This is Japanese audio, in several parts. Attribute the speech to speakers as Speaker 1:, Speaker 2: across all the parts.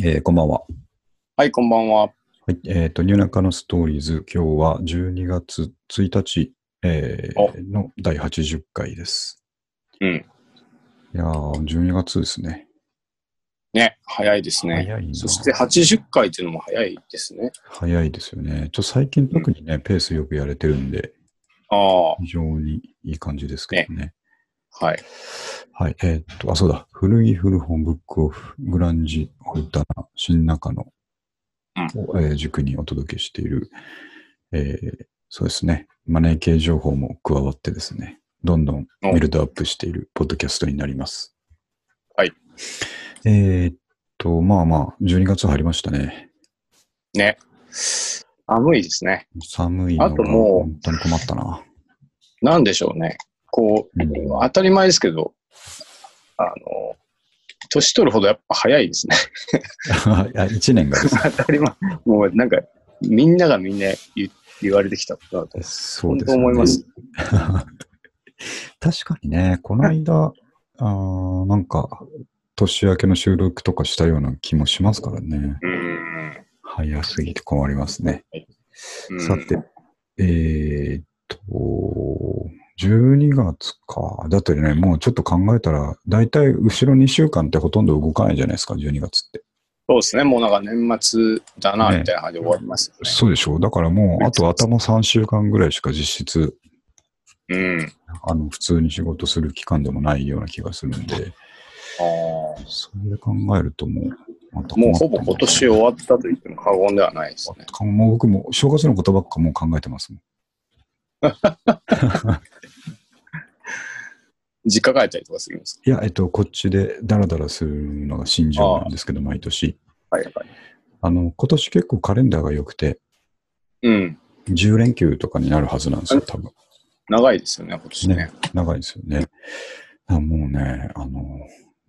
Speaker 1: ー、こんばんは。
Speaker 2: はい、こんばんは。
Speaker 1: はい、えっ、と、ニューナカのストーリーズ、今日は12月1日、えー
Speaker 2: お
Speaker 1: の第80回です。
Speaker 2: うん。
Speaker 1: いやー、12月ですね。
Speaker 2: ね、早いですね。
Speaker 1: 早いな。
Speaker 2: そして80回っていうのも早いですね。
Speaker 1: 早いですよね。ちょ最近特にね、ペースよくやれてるんで、
Speaker 2: あ
Speaker 1: 非常にいい感じですけどね。
Speaker 2: あ、はい。
Speaker 1: はい、えーっと、あ、そうだ。古着古本ブックオフ、グランジ本棚、新中野を、えー塾にお届けしている、えーそうですね。マネー系情報も加わってですね、どんどんビルドアップしているポッドキャストになります。
Speaker 2: はい。
Speaker 1: えーっと、まあまあ、12月入りましたね。
Speaker 2: ね。寒いですね。
Speaker 1: 寒いの
Speaker 2: あと
Speaker 1: が
Speaker 2: もう
Speaker 1: 本当に困ったな。
Speaker 2: なんでしょうね。こう、
Speaker 1: うん
Speaker 2: 当たり前ですけど、あの、年取るほどやっぱ早いですね。
Speaker 1: 1年がですね
Speaker 2: 当たり前。もうなんか、みんながみんな言言われてきたことだと。
Speaker 1: そう
Speaker 2: 本
Speaker 1: で
Speaker 2: 当
Speaker 1: すね
Speaker 2: 思います。
Speaker 1: 確かにね、この間、あーなんか、年明けの収録とかしたような気もしますからね。
Speaker 2: うーん。
Speaker 1: 早すぎて困りますね。
Speaker 2: うん
Speaker 1: さて、えーっと、12月か。だってね、もうちょっと考えたら、だいたい後ろ2週間ってほとんど動かないじゃないですか、12月って。
Speaker 2: そうですね。もうなんか年末だな、
Speaker 1: ね
Speaker 2: みたいな感じで終わりますよ
Speaker 1: そうでしょう。だからもう、あと頭3週間ぐらいしか実質、
Speaker 2: ね。
Speaker 1: あの、普通に仕事する期間でもないような気がするんで。
Speaker 2: うん。あー
Speaker 1: それで考えるともう、また困
Speaker 2: もう
Speaker 1: った
Speaker 2: ほ
Speaker 1: な
Speaker 2: ぼ今年終わったと言っても過言ではないですね。
Speaker 1: かもう僕も正月のことばっかもう考えてますもん。
Speaker 2: 実家帰ったりとかするんです
Speaker 1: いや、えっと、こっちでダラダラするのが新庄なんですけど、毎年。
Speaker 2: かはいはい。
Speaker 1: あの、今年結構カレンダーが良くて、
Speaker 2: うん。
Speaker 1: 10連休とかになるはずなんですよ、多分。
Speaker 2: 長いですよね、今年ね。
Speaker 1: ね長いですよね。だからもうね、あの、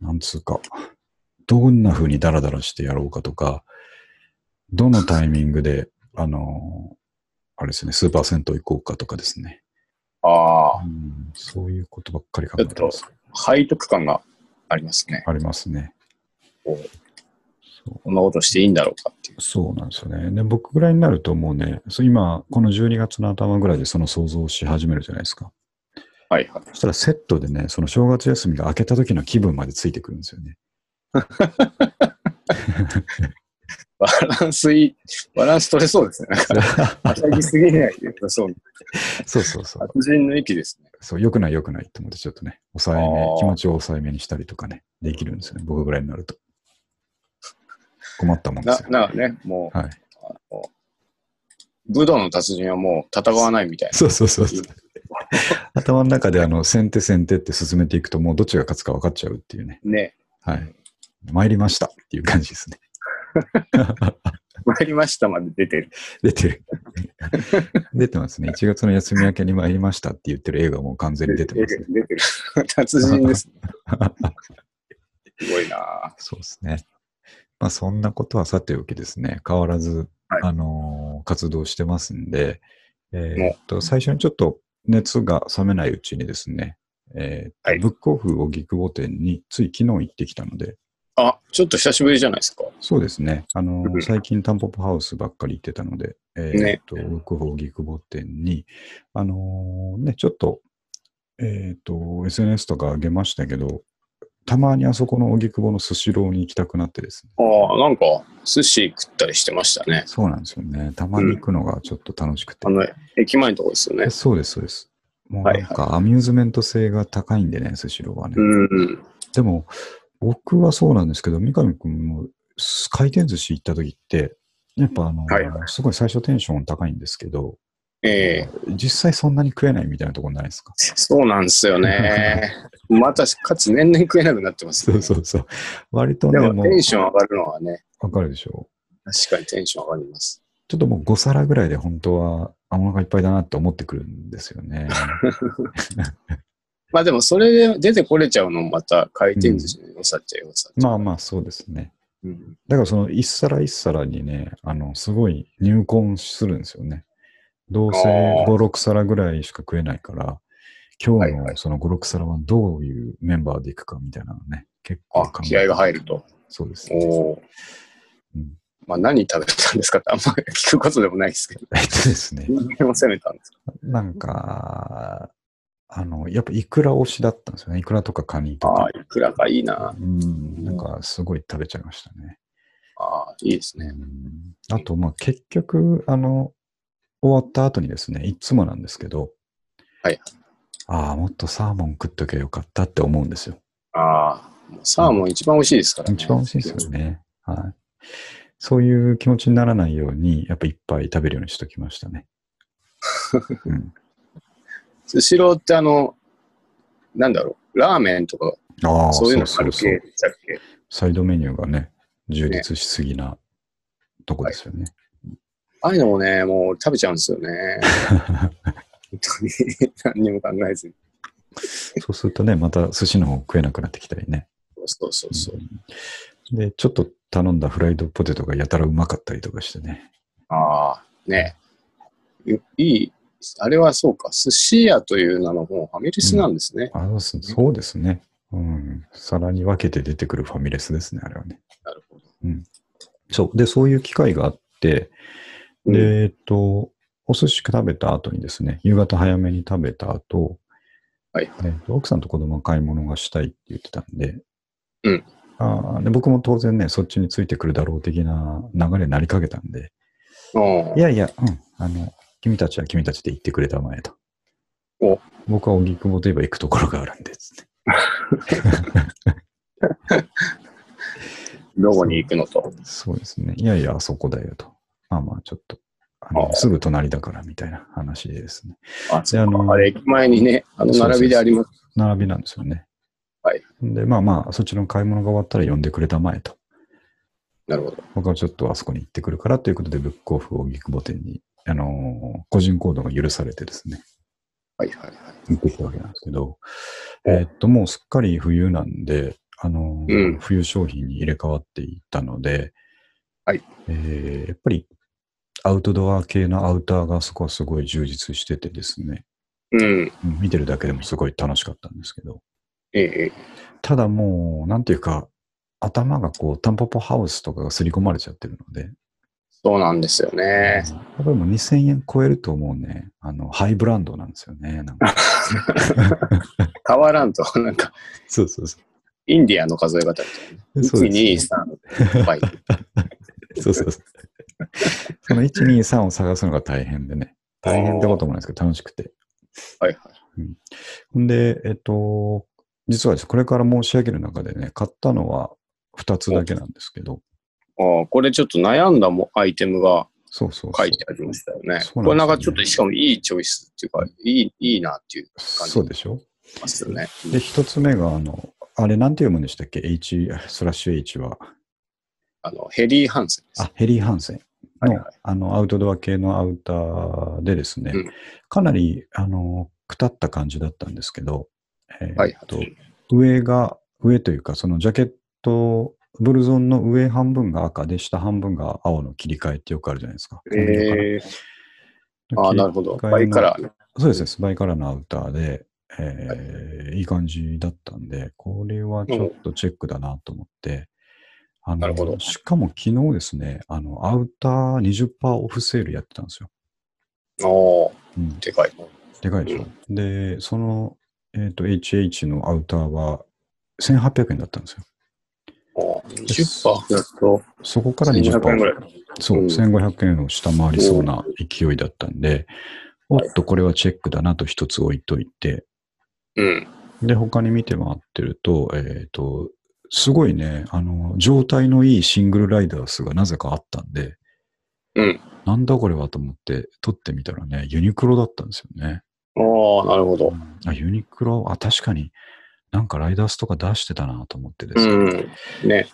Speaker 1: なんつうか、どんな風にダラダラしてやろうかとか、どのタイミングで、あの、あれですね、スーパー銭湯行こうかとかですね。
Speaker 2: ああ、
Speaker 1: うんそういうことばっかり考えてます。
Speaker 2: 背徳感がありますね。
Speaker 1: ありますね。
Speaker 2: こ
Speaker 1: そう
Speaker 2: こんなことしていいんだろうかっていう。
Speaker 1: そうなんですよね。で、僕ぐらいになるともうね、そう今、この12月の頭ぐらいでその想像をし始めるじゃないですか。
Speaker 2: はいはい。
Speaker 1: そしたらセットでね、その正月休みが明けた時の気分までついてくるんですよね。
Speaker 2: バランスいい、バランス取れそうですね。なんか、はしゃぎすぎないでくだそう。
Speaker 1: そうそうそう。
Speaker 2: 達人の域ですね。
Speaker 1: そう、良くない良くないと思ってちょっとね、抑え
Speaker 2: あ
Speaker 1: め、
Speaker 2: ー
Speaker 1: 気持ちを抑えめにしたりとかね、できるんですよね。僕ぐらいになると。困ったもんで
Speaker 2: な
Speaker 1: す、よ。
Speaker 2: なんかね、もう、
Speaker 1: はい。
Speaker 2: あの武道の達人はもう戦わないみたいな。
Speaker 1: そうそうそうそう。 頭の中であの、先手先手って進めていくと、もうどっちが勝つか分かっちゃうっていうね。
Speaker 2: ね、
Speaker 1: はい。参りましたっていう感じですね。
Speaker 2: 参りましたまで出てる。
Speaker 1: 出てる。 出てますね。1月の休み明けに参りましたって言ってる映画も完全に出てますね。
Speaker 2: 出てる。達人ですね。すごいなぁ
Speaker 1: そうですね。まあそんなことはさておきですね、変わらず、
Speaker 2: はい
Speaker 1: あのー活動してますんで、えーっと、最初にちょっと熱が冷めないうちにですね、えーっと
Speaker 2: はい
Speaker 1: ブックオフをギクボ店につい昨日行ってきたので、
Speaker 2: あ、ちょっと久しぶりじゃないですか。
Speaker 1: そうですね。あの
Speaker 2: う、ん
Speaker 1: 最近タンポポハウスばっかり行ってたので、えー
Speaker 2: ね
Speaker 1: っと、ウクホギクボ店に、あのーね、ちょっと、えーっと、SNS とか上げましたけど、たまにあそこの荻窪のスシローに行きたくなってですね。
Speaker 2: ああ、なんか、寿司食ったりしてましたね。
Speaker 1: そうなんですよね。たまに行くのがちょっと楽しくて。
Speaker 2: あの、駅前のとこですよね。
Speaker 1: そうです、そうです。もうなんかアミューズメント性が高いんでね、スシローはね。
Speaker 2: うんうん。
Speaker 1: でも、僕はそうなんですけど、三上君もす回転寿司行った時って、やっぱあの、
Speaker 2: はい
Speaker 1: すごい最初テンション高いんですけど、
Speaker 2: ええ
Speaker 1: 実際そんなに食えないみたいなところないですか。
Speaker 2: そうなんです よね。また、かつ年々食えなくなってます、
Speaker 1: そう
Speaker 2: ね。
Speaker 1: そうそう。割と
Speaker 2: で
Speaker 1: ね、も
Speaker 2: も、
Speaker 1: う
Speaker 2: テンション上がるのはね、
Speaker 1: わかるでしょう。
Speaker 2: 確かにテンション上がります。
Speaker 1: ちょっともう5皿ぐらいで本当は、あ、お腹いっぱいだなって思ってくるんですよ ね。
Speaker 2: まあでも、それで出てこれちゃうのもまた回転寿司の良さっちゃ良さ。
Speaker 1: まあまあそうですね。
Speaker 2: うん
Speaker 1: だからその一皿一皿にね、あの、すごい入魂するんですよね。どうせ5、
Speaker 2: あー
Speaker 1: 6皿ぐらいしか食えないから、今日
Speaker 2: はいは
Speaker 1: のその5、6皿はどういうメンバーでいくかみたいなのね、結構
Speaker 2: あ
Speaker 1: 考え、
Speaker 2: 気合が入ると。
Speaker 1: そうです、
Speaker 2: おお。
Speaker 1: うん
Speaker 2: まあ何食べたんですかってあんまり聞くことでもないですけど。
Speaker 1: えっとですね、
Speaker 2: 何を攻めたんですか
Speaker 1: なんか、あの、やっぱイクラ推しだったんですよね。イクラとかカニと
Speaker 2: あ
Speaker 1: か
Speaker 2: あ。、いくらかいいな。
Speaker 1: うん、なんかすごい食べちゃいましたね。
Speaker 2: ああ、いいです
Speaker 1: う
Speaker 2: ね。
Speaker 1: んあと、まあ結局、あの、終わった後にですね、いつもなんですけど、
Speaker 2: はい。
Speaker 1: ああ、もっとサーモン食っときゃよかったって思うんですよ。
Speaker 2: ああ、もうサーモン一番美味しいですからね。
Speaker 1: 一番美味しいですよね。はい。そういう気持ちにならないように、やっぱいっぱい食べるようにしときました ね。うん、
Speaker 2: スシローってあの、なんだろう、ラーメンとか、
Speaker 1: ああ、
Speaker 2: そういうのあ
Speaker 1: そ
Speaker 2: る
Speaker 1: うそう
Speaker 2: 系でしたっけ
Speaker 1: サイドメニューがね、充実しすぎなとこですよね。
Speaker 2: ああいうのもね、もう食べちゃうんですよね。本当に、 何にも考えずに。
Speaker 1: そうするとね、また寿司の方食えなくなってきたりね。
Speaker 2: そうそうそう。
Speaker 1: うんで、ちょっと頼んだフライドポテトがやたらうまかったりとかしてね。
Speaker 2: ああ、ねえ。いい、あれはそうか、寿司屋という名のもうファミレスなんですね。
Speaker 1: あそうですそうですね。うん。皿に分けて出てくるファミレスですね、あれはね。
Speaker 2: なるほど。
Speaker 1: そう。で、そういう機会があって、
Speaker 2: うん
Speaker 1: で、えっと、お寿司食べた後にですね、夕方早めに食べた後、
Speaker 2: はい
Speaker 1: えっと奥さんと子供が買い物がしたいって言ってたんで、
Speaker 2: うん
Speaker 1: あーで僕も当然ね、そっちについてくるだろう的な流れになりかけたんで、
Speaker 2: うん
Speaker 1: いやいや、うん、あの、君たちは君たちで言ってくれたまえと。
Speaker 2: お
Speaker 1: 僕は荻窪といえば行くところがあるんで、つって。
Speaker 2: どこに行くのと。
Speaker 1: そうですね。いやいや、あそこだよと。まあまあ、ちょっと、あ
Speaker 2: あ
Speaker 1: の
Speaker 2: あ
Speaker 1: すぐ隣だからみたいな話でですね。
Speaker 2: あ、
Speaker 1: であの
Speaker 2: あれ、駅前にね、あの並びであります。
Speaker 1: 並びなんですよね。
Speaker 2: はい。
Speaker 1: で、まあまあ、そっちの買い物が終わったら呼んでくれたまえと。
Speaker 2: なるほど。
Speaker 1: 僕はちょっとあそこに行ってくるからということで、ブックオフ荻窪店に、あのー個人行動が許されてですね、
Speaker 2: はいはいはい。
Speaker 1: 行ってきたわけなんですけど、
Speaker 2: お
Speaker 1: えーっと、もうすっかり冬なんで、あのー
Speaker 2: うん
Speaker 1: 冬商品に入れ替わっていったので、
Speaker 2: はい。
Speaker 1: えーやっぱり、アウトドア系のアウターがそこはすごい充実しててですね、
Speaker 2: うん。
Speaker 1: うん見てるだけでもすごい楽しかったんですけど、
Speaker 2: ええ。
Speaker 1: ただもう、なんていうか、頭がこう、タンポポハウスとかが刷り込まれちゃってるので、
Speaker 2: そうなんですよね。
Speaker 1: やっぱりもう2000円超えるともうね、あの、ハイブランドなんですよね。なんか
Speaker 2: 変わらんと、 なんか、
Speaker 1: そうそうそ
Speaker 2: インディアンの数え方みたいな。
Speaker 1: う。そうです
Speaker 2: 1、2、3、はい。
Speaker 1: そうそうそう。 その1、2、3を探すのが大変でね。大変ってこともないですけど、楽しくて。
Speaker 2: はいはい。
Speaker 1: ほんで、えっと、実はですねこれから申し上げる中でね、買ったのは2つだけなんですけど、
Speaker 2: ああ、これちょっと悩んだもアイテムが
Speaker 1: そうそうそ
Speaker 2: 書
Speaker 1: う
Speaker 2: い。てありましたよね。
Speaker 1: そうなんですよね
Speaker 2: これなんかちょっと、しかもいいチョイスっていうか、いい、いいなっていう感じ
Speaker 1: そうでしょ
Speaker 2: ますよね。
Speaker 1: で、一つ目が、あの、あれ、なんて読むんでしたっけ ?H、スラッシュ H は。
Speaker 2: あの、ヘリー・ハンセンです。
Speaker 1: あ、ヘリー・ハンセンの,、
Speaker 2: はいは
Speaker 1: あのアウトドア系のアウターでですね、
Speaker 2: うん
Speaker 1: かなり、あの、くたった感じだったんですけど、えー
Speaker 2: はい
Speaker 1: っ。と、上が、上というか、そのジャケット、ブルゾンの上半分が赤で、下半分が青の切り替えってよくあるじゃないですか。
Speaker 2: えー、ああ、なるほど。
Speaker 1: 切り替えの
Speaker 2: バイカラーね。
Speaker 1: そうですね、スパイカラーのアウターで、えーい、い感じだったんで、これはちょっとチェックだなと思って、あの
Speaker 2: なるほど
Speaker 1: しかも昨日ですね、あのアウター20%オフセールやってたんですよ。
Speaker 2: おー、
Speaker 1: うん、
Speaker 2: でかい。
Speaker 1: でかいでしょ。で、その、えー、と HH のアウターは1800円だったんですよ。
Speaker 2: おー20%だと、
Speaker 1: そこから20%オ
Speaker 2: 200円ぐ
Speaker 1: フ
Speaker 2: らい。
Speaker 1: そう、
Speaker 2: うん
Speaker 1: 1500円を下回りそうな勢いだったんで、おっと、これはチェックだなと一つ置いといて、
Speaker 2: うん。
Speaker 1: で、他に見て回ってると、えっ、と、すごいね、あの、状態のいいシングルライダースがなぜかあったんで、
Speaker 2: うん。
Speaker 1: なんだこれはと思って、撮ってみたらね、ユニクロだったんですよね。
Speaker 2: ああ、なるほど。
Speaker 1: あ、ユニクロ、あ、確かに、なんかライダースとか出してたなと思ってですね。
Speaker 2: うん。ね。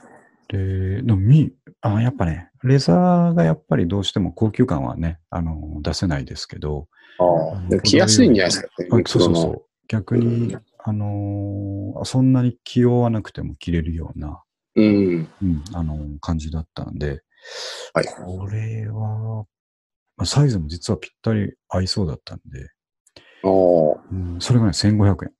Speaker 1: で、でもみ、あ、やっぱね、レザーがやっぱりどうしても高級感はね、あの、出せないですけど、
Speaker 2: ああ、でも着やすいんじゃないですか。
Speaker 1: あそうそう
Speaker 2: ユニクロ
Speaker 1: そ
Speaker 2: の
Speaker 1: う。逆に、あのーそんなに気負わなくても着れるような、
Speaker 2: うん。
Speaker 1: うん、あの、感じだったんで、
Speaker 2: はい
Speaker 1: これは、まあサイズも実はぴったり合いそうだったんで、
Speaker 2: おー
Speaker 1: うん、それがね、1500円。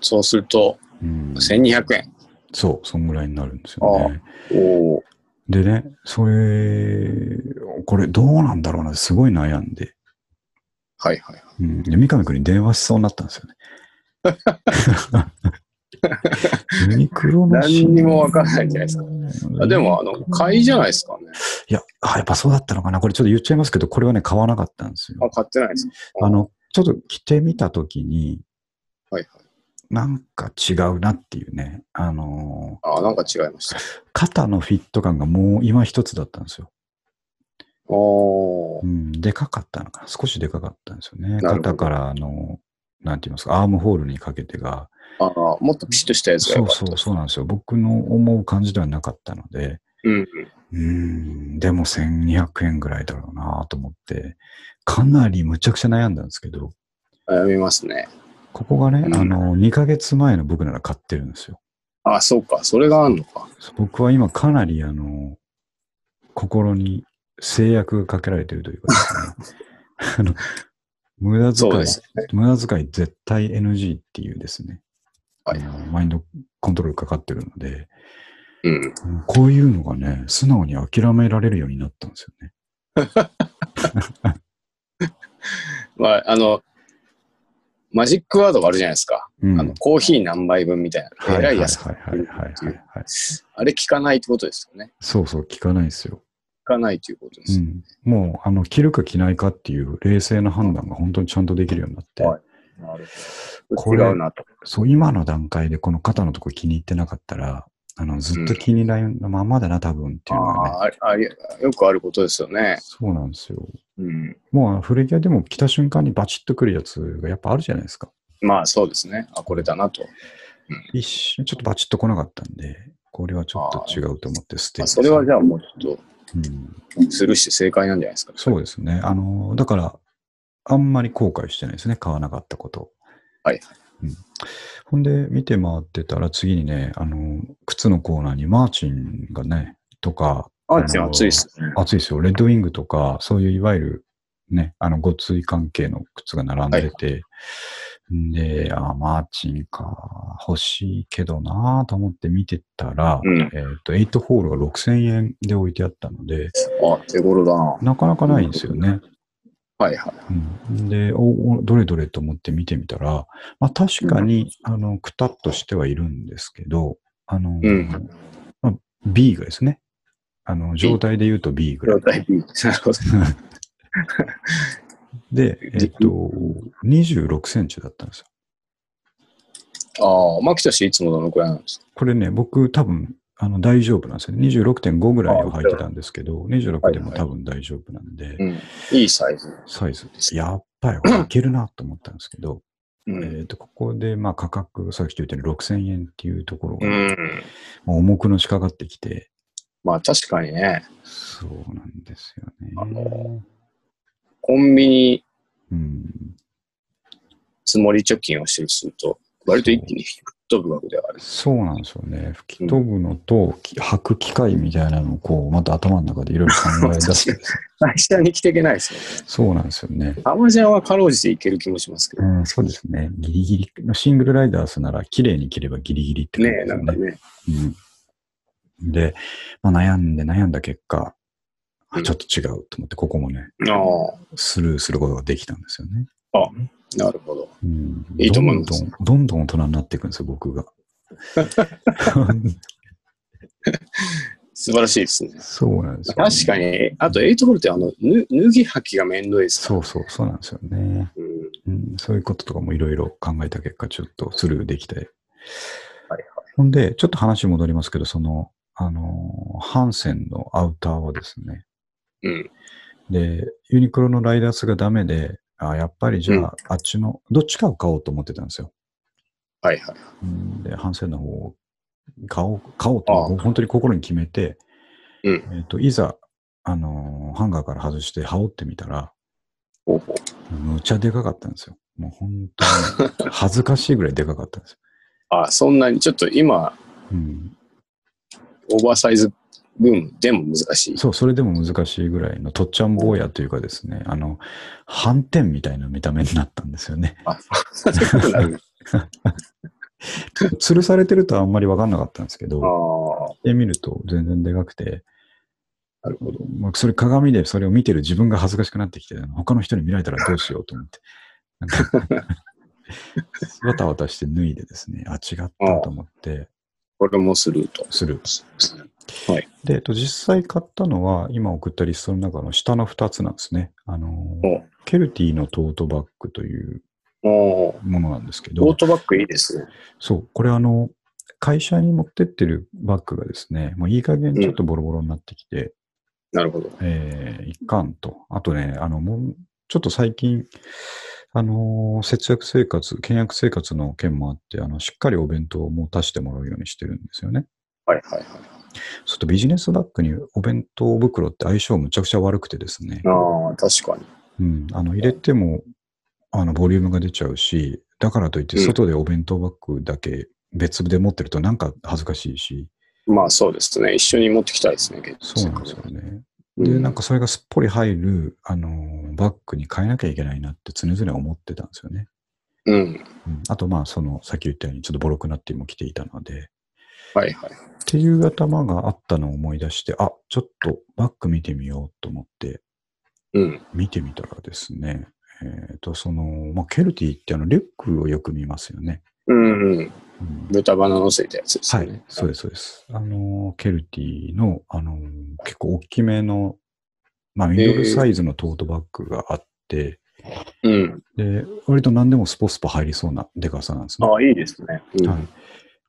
Speaker 2: そうすると、
Speaker 1: うん、
Speaker 2: 1200円。
Speaker 1: そう、そんぐらいになるんですよね。
Speaker 2: おー
Speaker 1: でね、それ、これどうなんだろうなってすごい悩んで、
Speaker 2: はいはい。
Speaker 1: うん、で三上君に電話しそうになったんですよ ね。ユニクロの
Speaker 2: 何にもわからないんじゃないですか
Speaker 1: か
Speaker 2: あでも、あの、買いじゃないですかね。
Speaker 1: いや、あやっぱそうだったのかな。これちょっと言っちゃいますけど、これはね、買わなかったんです
Speaker 2: あ、
Speaker 1: よ。
Speaker 2: 買ってないですか
Speaker 1: あ、の、ちょっと着てみたときに、
Speaker 2: はいはい。
Speaker 1: なんか違うなっていうね、あの
Speaker 2: あ、なんか違いました。
Speaker 1: ー肩のフィット感がもう今一つだったんですよ。
Speaker 2: おー
Speaker 1: う。ん、でかかったのかな。少しでかかったんですよね。
Speaker 2: なるほど
Speaker 1: 肩から、あの、なんて言いますか、アームホールにかけてが、
Speaker 2: あもっとピシッとしたやつが
Speaker 1: そ
Speaker 2: よ
Speaker 1: う
Speaker 2: かった。
Speaker 1: そうそうなんですよ。僕の思う感じではなかったので、
Speaker 2: うん。
Speaker 1: うーん、でも1200円ぐらいだろうなと思って、かなりむちゃくちゃ悩んだんですけど、
Speaker 2: 悩みますね。
Speaker 1: ここがね、
Speaker 2: うん
Speaker 1: あの、2ヶ月前の僕なら買ってるんですよ。
Speaker 2: あ、そうか。それがあるのか。
Speaker 1: 僕は今かなり、あの、心に制約がかけられてるというかですね、 あの、無駄
Speaker 2: そう
Speaker 1: 遣
Speaker 2: で
Speaker 1: い、
Speaker 2: すね。
Speaker 1: 無駄遣い絶対 NG っていうですね、
Speaker 2: は
Speaker 1: あ
Speaker 2: い
Speaker 1: のマインドコントロールかかってるので、
Speaker 2: うん。
Speaker 1: うんこういうのがね、素直に諦められるようになったんですよね。
Speaker 2: まあ、あの、マジックワードがあるじゃないですか。
Speaker 1: うん
Speaker 2: あの、コーヒー何杯分みたいな。えらい安く
Speaker 1: はいはいはいはいはい、はい。
Speaker 2: あれ聞かないってことですよね。
Speaker 1: そうそう、聞かないですよ。
Speaker 2: 聞かないということで
Speaker 1: う
Speaker 2: す。
Speaker 1: ん、もう、あの、着るか着ないかっていう冷静な判断が本当にちゃんとできるようになって、
Speaker 2: はいなる
Speaker 1: こ
Speaker 2: ほ
Speaker 1: れ
Speaker 2: ど。違うなと。
Speaker 1: そう、今の段階でこの肩のとこ気に入ってなかったら、あの、ずっと気に入らないままだな、多分って
Speaker 2: あ
Speaker 1: いうのがね。
Speaker 2: あありあり、よくあることですよね。
Speaker 1: そうなんですよ。
Speaker 2: うん。
Speaker 1: もうあの、古着屋でも着た瞬間にバチッとくるやつがやっぱあるじゃないですか。
Speaker 2: まあ、そうですね。あ、これだなと。
Speaker 1: 一瞬ちょっとバチッと来なかったんで、これはちょっと違うと思って捨て
Speaker 2: まあ、それはじ
Speaker 1: ゃ
Speaker 2: ゃあもうちょっ
Speaker 1: うん、
Speaker 2: と、するして正解なんじゃないですか。
Speaker 1: そうですね。あの、だから、あんまり後悔してないですね。買わなかったこと。
Speaker 2: はい。
Speaker 1: うん、ほんで、見て回ってたら、次にね、あの、靴のコーナーにマーチンがね、とか、
Speaker 2: あーちゃん暑いですね。
Speaker 1: 熱いですよ。レッドウィングとか、そういういわゆる、ね、あの、ごつい関係の靴が並んでて、んで、あー、マーチンか、欲しいけどなーと思って見てたら、
Speaker 2: うん
Speaker 1: えっ、と、8ホールが6000円で置いてあったので、
Speaker 2: あ、手頃だな。
Speaker 1: なかなかないんですよね。
Speaker 2: はいはい。
Speaker 1: うん、でおお、どれどれと思って見てみたら、まあ、確かに、あの、くたっとしてはいるんですけど、あの、
Speaker 2: うん
Speaker 1: まあ、B がですね。あの、状態で言うと B ぐら
Speaker 2: 状
Speaker 1: い。
Speaker 2: 態 B。なるほど。
Speaker 1: で、えっと、26センチだったんですよ。
Speaker 2: ああ、マキタ氏いつもどのくらいなんですか
Speaker 1: これね、僕多分、あの、大丈夫なんですよね。26.5ぐらいを履いてたんですけど、26でも多分大丈夫なんで、
Speaker 2: うん。いいサイズ。
Speaker 1: サイズ、やっぱりこれいけるなと思ったんですけど、
Speaker 2: う
Speaker 1: え
Speaker 2: ん。
Speaker 1: っと、ここで、まあ、価格、さっき言ったように6000円っていうところ
Speaker 2: う
Speaker 1: が、
Speaker 2: ん。
Speaker 1: まあ、重くのしかかってきて、
Speaker 2: まあ確かにね、
Speaker 1: そうなんですよ
Speaker 2: あの
Speaker 1: ね。
Speaker 2: コンビニ
Speaker 1: うん、
Speaker 2: 積もり貯金をしてるすると、割と一気に吹っ飛ぶ額ではある。
Speaker 1: そうなんですよね。吹き飛ぶのと、き履く機会みたいなのをこう、また頭の中でいろいろ考え 出してですね
Speaker 2: 会社に着ていけないですよね。
Speaker 1: そうなんですよね。
Speaker 2: アマジャンはかろうじていける気もしますけど
Speaker 1: う。ん、そうですね。ギリギリのシングルライダースなら、綺麗に着ればギリギリって感じ
Speaker 2: ね
Speaker 1: で
Speaker 2: え、
Speaker 1: す
Speaker 2: な
Speaker 1: よ
Speaker 2: んか
Speaker 1: ね。
Speaker 2: ね。
Speaker 1: うん、で、まあ、悩んで悩んだ結果、
Speaker 2: う
Speaker 1: あ
Speaker 2: ん
Speaker 1: ちょっと違うと思って、ここもね、
Speaker 2: あ
Speaker 1: スルーすることができたんですよね。
Speaker 2: あ、なるほど。
Speaker 1: うん
Speaker 2: いいと思います
Speaker 1: どんどん、どんどん大人になっていくんですよ、僕 が。
Speaker 2: 素晴らしいですね。
Speaker 1: そうなんですよ、
Speaker 2: 確か
Speaker 1: に。
Speaker 2: に、あと8ホールってあの、ぬ脱ぎ履きがめんどいですか
Speaker 1: そうそう、そうなんですよね。
Speaker 2: ら。うん。
Speaker 1: うん、そういうこととかもいろいろ考えた結果、ちょっとスルーできて。
Speaker 2: はい
Speaker 1: ほんで、ちょっと話戻りますけど、その、あのー、ハンセンのアウターはですね、
Speaker 2: うん。
Speaker 1: で、ユニクロのライダースがダメで、あやっぱりじゃあ、
Speaker 2: うん
Speaker 1: あっちの、どっちかを買おうと思ってたんですよ。
Speaker 2: はいはい。
Speaker 1: うんで、ハンセンの方を買おう、買おうと、本当に心に決めて、
Speaker 2: うん
Speaker 1: えっと、いざ、あのーハンガーから外して羽織ってみたら、
Speaker 2: ほうほう。
Speaker 1: むちゃでかかったんですよ。もう本当に、恥ずかしいぐらいでかかったんですよ。
Speaker 2: あ、そんなに、ちょっと今、
Speaker 1: うん、
Speaker 2: オーバーサイズブームでも難しい。
Speaker 1: そう、それでも難しいぐらいのとっちゃん坊やというかですね、あの、反転みたいな見た目になったんですよね。
Speaker 2: あ、そういうことになる。
Speaker 1: 吊るされてるとはあんまりわかんなかったんですけ
Speaker 2: あ
Speaker 1: ど、
Speaker 2: あ、
Speaker 1: で見ると全然でかくて、
Speaker 2: なるほど。
Speaker 1: まあ、それ鏡でそれを見てる自分が恥ずかしくなってきて、他の人に見られたらどうしようと思って。なん かわたわたして脱いでですね、あ、違ったと思って、
Speaker 2: これもスルーと。
Speaker 1: する。
Speaker 2: はい。
Speaker 1: で、えっと、実際買ったのは、今送ったリストの中の下の2つなんですね。あのー
Speaker 2: お
Speaker 1: ケルティのトートバッグという
Speaker 2: おー
Speaker 1: ものなんですけ
Speaker 2: トー
Speaker 1: ど、
Speaker 2: トバッグいいですね。
Speaker 1: そう、これあの、会社に持ってってるバッグがですね、もういい加減ちょっとボロボロになってきて、
Speaker 2: なるほど。
Speaker 1: えー一貫と、あとね、あの、もう、ちょっと最近、あのー節約生活、倹約生活の件もあって、あの、しっかりお弁当も出してもらうようにしてるんですよね。
Speaker 2: はいはいはい。
Speaker 1: ちょっとビジネスバッグにお弁当袋って相性むちゃくちゃ悪くてですね、
Speaker 2: ああ、確かに。
Speaker 1: うん、あの、入れても、あの、ボリュームが出ちゃうし、だからといって、
Speaker 2: うん
Speaker 1: 外でお弁当バッグだけ別で持ってるとなんか恥ずかしいし、
Speaker 2: まあそうですね。一緒に持ってきたいですね、結
Speaker 1: そうなんですよね。
Speaker 2: う
Speaker 1: で、
Speaker 2: ん
Speaker 1: なんかそれがすっぽり入る、あのー、バッグに変えなきゃいけないなって常々思ってたんですよね。
Speaker 2: うん。
Speaker 1: うん、あと、まあ、その、さっき言ったように、ちょっとボロくなっても来ていたので、
Speaker 2: はいはい。
Speaker 1: っていう頭があったのを思い出して、あ、ちょっとバッグ見てみようと思って、
Speaker 2: うん。
Speaker 1: 見てみたらですね、えっ、と、その、まあ、ケルティってあの、リュックをよく見ますよね。
Speaker 2: うんうん。
Speaker 1: うん
Speaker 2: 豚バナ乗せたやつです
Speaker 1: は
Speaker 2: よね。
Speaker 1: い、そうです、そうです。あの、ケルティの、あの、結構大きめの、まあ、ミドルサイズのトートバッグがあって、
Speaker 2: うん。
Speaker 1: で、割と何でもスポスポ入りそうなデカさなんですね。
Speaker 2: ああ、いいですね。うん。
Speaker 1: はい。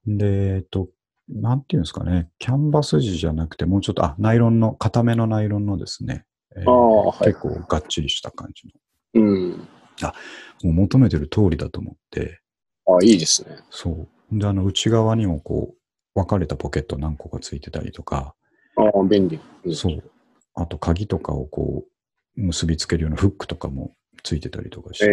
Speaker 1: で、えっと、なんていうんですかね、キャンバス地じゃなくて、もうちょっと、あ、ナイロンの、固めのナイロンのですね、えー
Speaker 2: ああ、はい
Speaker 1: 結。構がっちりした感じ
Speaker 2: うん。
Speaker 1: の、もう求めてる通りだと思って、
Speaker 2: ああ、いいですね。
Speaker 1: そう。で、あの、内側にもこう、分かれたポケット何個かついてたりとか、
Speaker 2: ああ、便利。うん
Speaker 1: そう。あと、鍵とかをこう、結びつけるようなフックとかもついてたりとかして、
Speaker 2: え